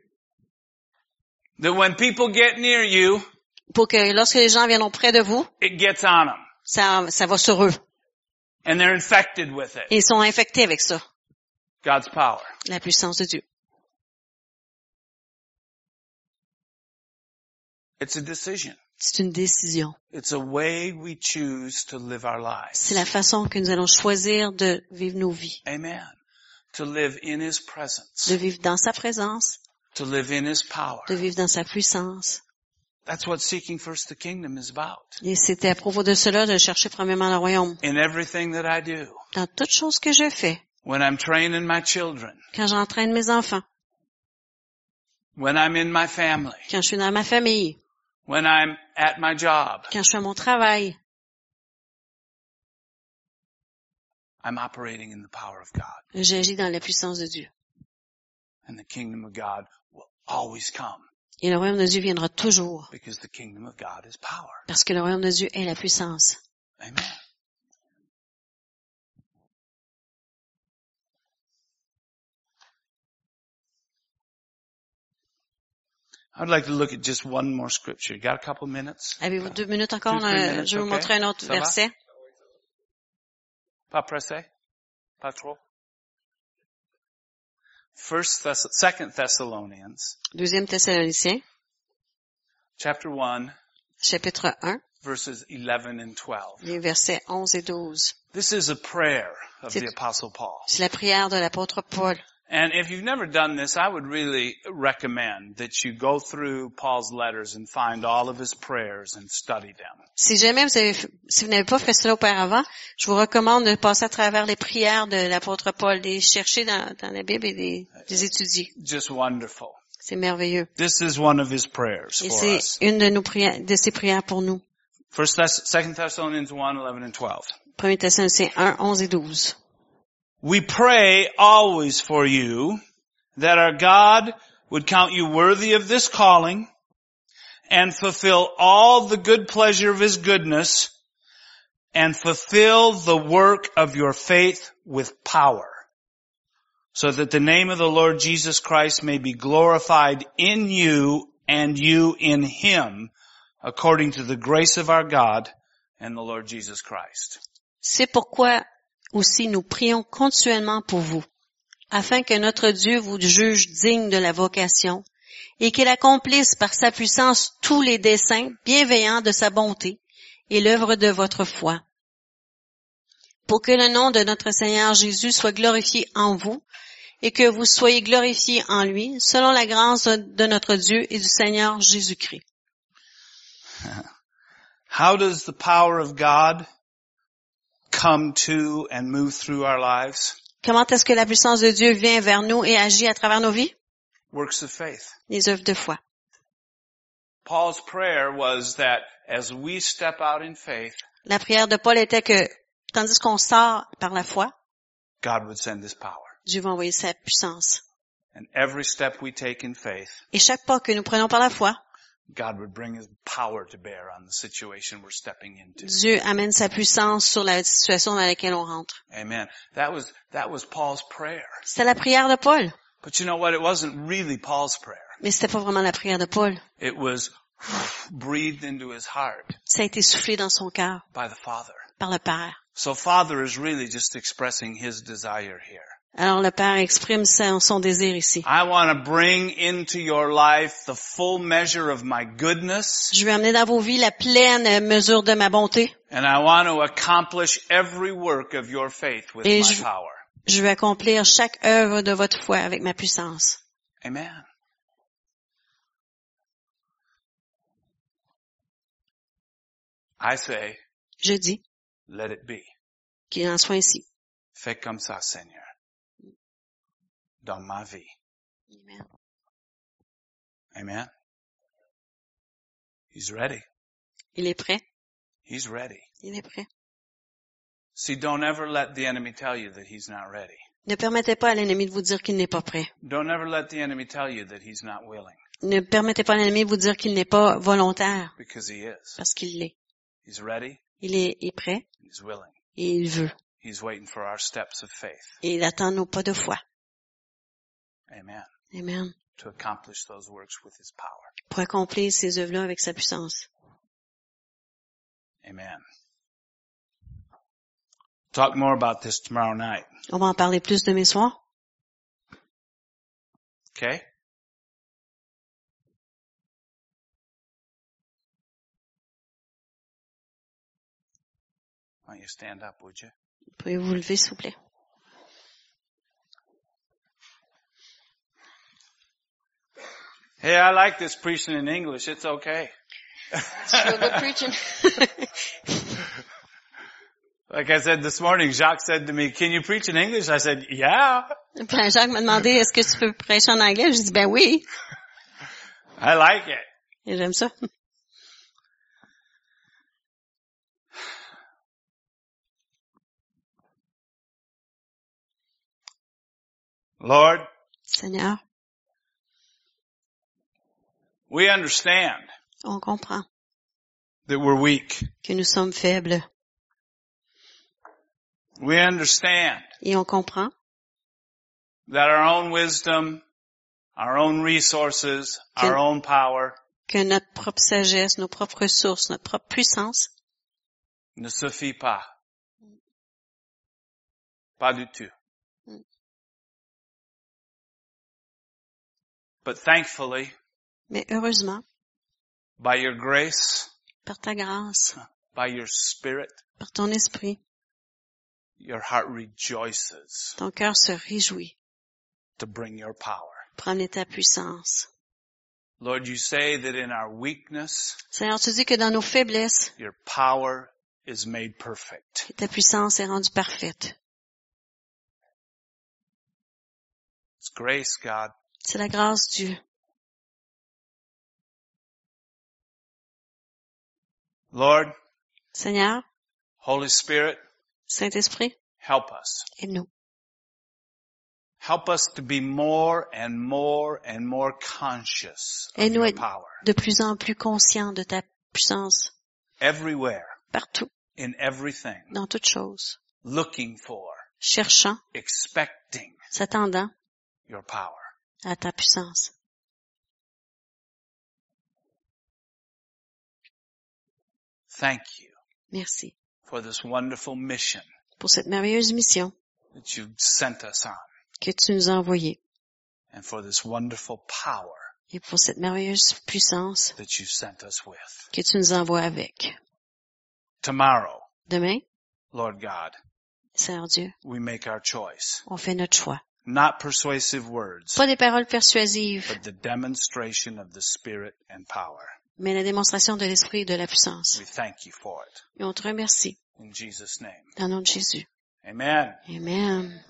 S1: That when people get near you,
S2: pour que lorsque les gens viendront près de vous,
S1: it gets on them.
S2: ça, ça va sur eux.
S1: And they're infected with it.
S2: Et ils sont infectés avec ça,
S1: God's power.
S2: la puissance de Dieu.
S1: It's a decision.
S2: C'est une décision.
S1: It's a way we choose to live our lives.
S2: C'est la façon que nous allons choisir de vivre nos vies,
S1: Amen. To live in His
S2: de
S1: presence.
S2: vivre dans sa présence,
S1: To live in His power.
S2: de vivre dans sa puissance.
S1: That's what seeking first the kingdom is about.
S2: Et c'était à propos de cela de chercher premièrement le royaume.
S1: In everything that I do.
S2: Dans toute chose que je fais,
S1: When I'm training my children.
S2: quand j'entraîne mes enfants,
S1: When I'm in my family.
S2: quand je suis dans ma famille,
S1: When I'm at my job.
S2: quand je suis à mon travail,
S1: I'm operating in the power of God.
S2: j'agis dans la puissance de Dieu.
S1: And the kingdom of God will always come.
S2: Et le royaume de Dieu viendra toujours,
S1: Because the kingdom of God is power.
S2: parce que le royaume de Dieu est la puissance.
S1: Amen. I'd like to look at just one more scripture. You got a couple minutes?
S2: Avez-vous deux minutes encore?
S1: Two, three
S2: Euh,
S1: minutes,
S2: je vais vous
S1: ok.
S2: montrer un autre
S1: Ça va?
S2: verset.
S1: Pas pressé? Pas trop? First Thess- Second Thessalonians,
S2: Deuxième Thessaloniciens,
S1: chapter 1,
S2: chapitre 1,
S1: verses 11 and 12.
S2: les versets 11 et 12.
S1: This is a prayer of
S2: C'est-
S1: the Apostle Paul.
S2: C'est la prière de l'apôtre Paul.
S1: And if you've never done this, I would really recommend that you go through Paul's letters and find all of his prayers and study them.
S2: Si jamais vous avez, f- si vous n'avez pas fait cela auparavant, je vous recommande de passer à travers les prières de l'apôtre Paul, les chercher dans, dans la Bible et les, les étudier.
S1: Just wonderful.
S2: C'est merveilleux.
S1: This is one of his prayers
S2: Et
S1: for
S2: c'est
S1: us.
S2: une de nos prières, de ses prières pour nous.
S1: First Thess- Second Thessalonians 1, 11 and 12.
S2: 1 Thessaloniciens 1, 11 et 12.
S1: We pray always for you that our God would count you worthy of this calling and fulfill all the good pleasure of his goodness and fulfill the work of your faith with power so that the name of the Lord Jesus Christ may be glorified in you and you in him according to the grace of our God and the Lord Jesus Christ.
S2: C'est pourquoi aussi nous prions continuellement pour vous, afin que notre Dieu vous juge digne de la vocation et qu'il accomplisse par sa puissance tous les desseins bienveillants de sa bonté et l'œuvre de votre foi. Pour que le nom de notre Seigneur Jésus soit glorifié en vous et que vous soyez glorifiés en lui selon la grâce de notre Dieu et du Seigneur Jésus-Christ.
S1: How does the power of God come to and move through our lives?
S2: Comment est-ce que la puissance de Dieu vient vers nous et agit à travers nos vies?
S1: Works of faith.
S2: Les œuvres de foi.
S1: Paul's prayer was that as we step out in faith,
S2: La prière de Paul était que, tandis qu'on sort par la foi,
S1: God would send His power.
S2: Dieu va envoyer sa puissance.
S1: And every step we take in faith,
S2: Et chaque pas que nous prenons par la foi,
S1: God would bring His power to bear on the situation we're stepping into.
S2: Dieu amène sa puissance sur la situation dans laquelle on rentre.
S1: Amen. That was, that was Paul's prayer.
S2: C'était la prière de Paul,
S1: But you know what? It wasn't really Paul's prayer.
S2: mais c'était pas vraiment la prière de Paul.
S1: It was breathed into his heart
S2: Ça a été soufflé dans son cœur
S1: by the Father.
S2: par le Père.
S1: So Father is really just expressing His desire here.
S2: Alors le Père exprime son son désir ici.
S1: I want to bring into your life the full measure of my goodness,
S2: Je vais amener dans vos vies la pleine mesure de ma bonté
S1: and I want to accomplish every work of your faith with
S2: Et
S1: my
S2: je-
S1: power.
S2: Je vais accomplir chaque œuvre de votre foi avec ma puissance.
S1: Amen. I say,
S2: Je dis
S1: let it be.
S2: qu'il en soit ainsi.
S1: Fais comme ça, Seigneur. Dans ma vie.
S2: Amen.
S1: Amen. He's ready.
S2: Il est prêt.
S1: He's ready.
S2: Il est prêt.
S1: See, don't ever let the enemy tell you that he's not ready.
S2: Ne permettez pas à l'ennemi de vous dire qu'il n'est pas prêt.
S1: Don't ever let the enemy tell you that he's not willing,
S2: Ne permettez pas à l'ennemi de vous dire qu'il n'est pas volontaire,
S1: because he is.
S2: parce qu'il l'est.
S1: He's ready,
S2: Il est, est prêt
S1: and he's willing.
S2: et il veut.
S1: He's waiting for our steps of faith.
S2: Et il attend nos pas de foi.
S1: Amen.
S2: Amen.
S1: To accomplish those works with his power.
S2: Pour accomplir ces œuvres-là avec sa puissance.
S1: Amen. Talk more about this tomorrow night,
S2: On va en parler plus demain soir.
S1: okay? Why don't you stand up, would you?
S2: Pouvez-vous vous lever, s'il vous plaît?
S1: Hey, I like this preaching in English. It's okay. Like I said this morning, Jacques said to me, can you preach in English? I said, yeah.
S2: (laughs) Ben, Jacques m'a demandé, est-ce que tu peux prêcher en anglais? J'ai dit, ben oui.
S1: I like it.
S2: Et j'aime ça.
S1: Lord,
S2: Seigneur,
S1: we understand
S2: on comprend
S1: that we're weak.
S2: que nous sommes faibles
S1: We understand
S2: et on comprend
S1: that our own wisdom, our own resources, our
S2: Can-
S1: own power
S2: que notre propre sagesse, nos propres ressources, notre propre puissance
S1: ne suffit pas. Pas du tout. But thankfully,
S2: Mais heureusement,
S1: by your grace,
S2: par ta grâce,
S1: by your spirit,
S2: par ton esprit,
S1: your heart rejoices
S2: ton cœur se réjouit
S1: to bring your power.
S2: Prenez ta puissance.
S1: Lord, you say that in our weakness,
S2: Seigneur, tu dis que dans nos faiblesses,
S1: your power is made perfect.
S2: ta puissance est rendue parfaite.
S1: It's grace, God.
S2: C'est la grâce de Dieu.
S1: Lord,
S2: Seigneur,
S1: Holy Spirit,
S2: Saint-Esprit,
S1: help us.
S2: aide-nous.
S1: Help us to be more and more and more conscious of
S2: Aide-nous à
S1: your
S2: être
S1: power.
S2: de plus en plus conscients de ta puissance
S1: Everywhere,
S2: partout,
S1: in everything,
S2: dans toutes choses,
S1: looking for,
S2: cherchant,
S1: expecting
S2: s'attendant
S1: your power.
S2: à ta puissance.
S1: Thank you
S2: Merci
S1: for this wonderful mission
S2: pour cette merveilleuse mission
S1: that you've sent us on
S2: que tu nous as envoyée
S1: and for this wonderful power
S2: et pour cette merveilleuse puissance
S1: that you sent us with.
S2: que tu nous envoies avec.
S1: Tomorrow,
S2: Demain,
S1: Lord God,
S2: Seigneur Dieu,
S1: we make our choice.
S2: on fait notre choix.
S1: Not persuasive words,
S2: Pas des paroles persuasives,
S1: but the demonstration of the Spirit and power.
S2: mais la démonstration de l'esprit et de la puissance.
S1: We thank you for it.
S2: Et on te remercie
S1: In Jesus' name.
S2: dans le nom de Jésus.
S1: Amen.
S2: Amen.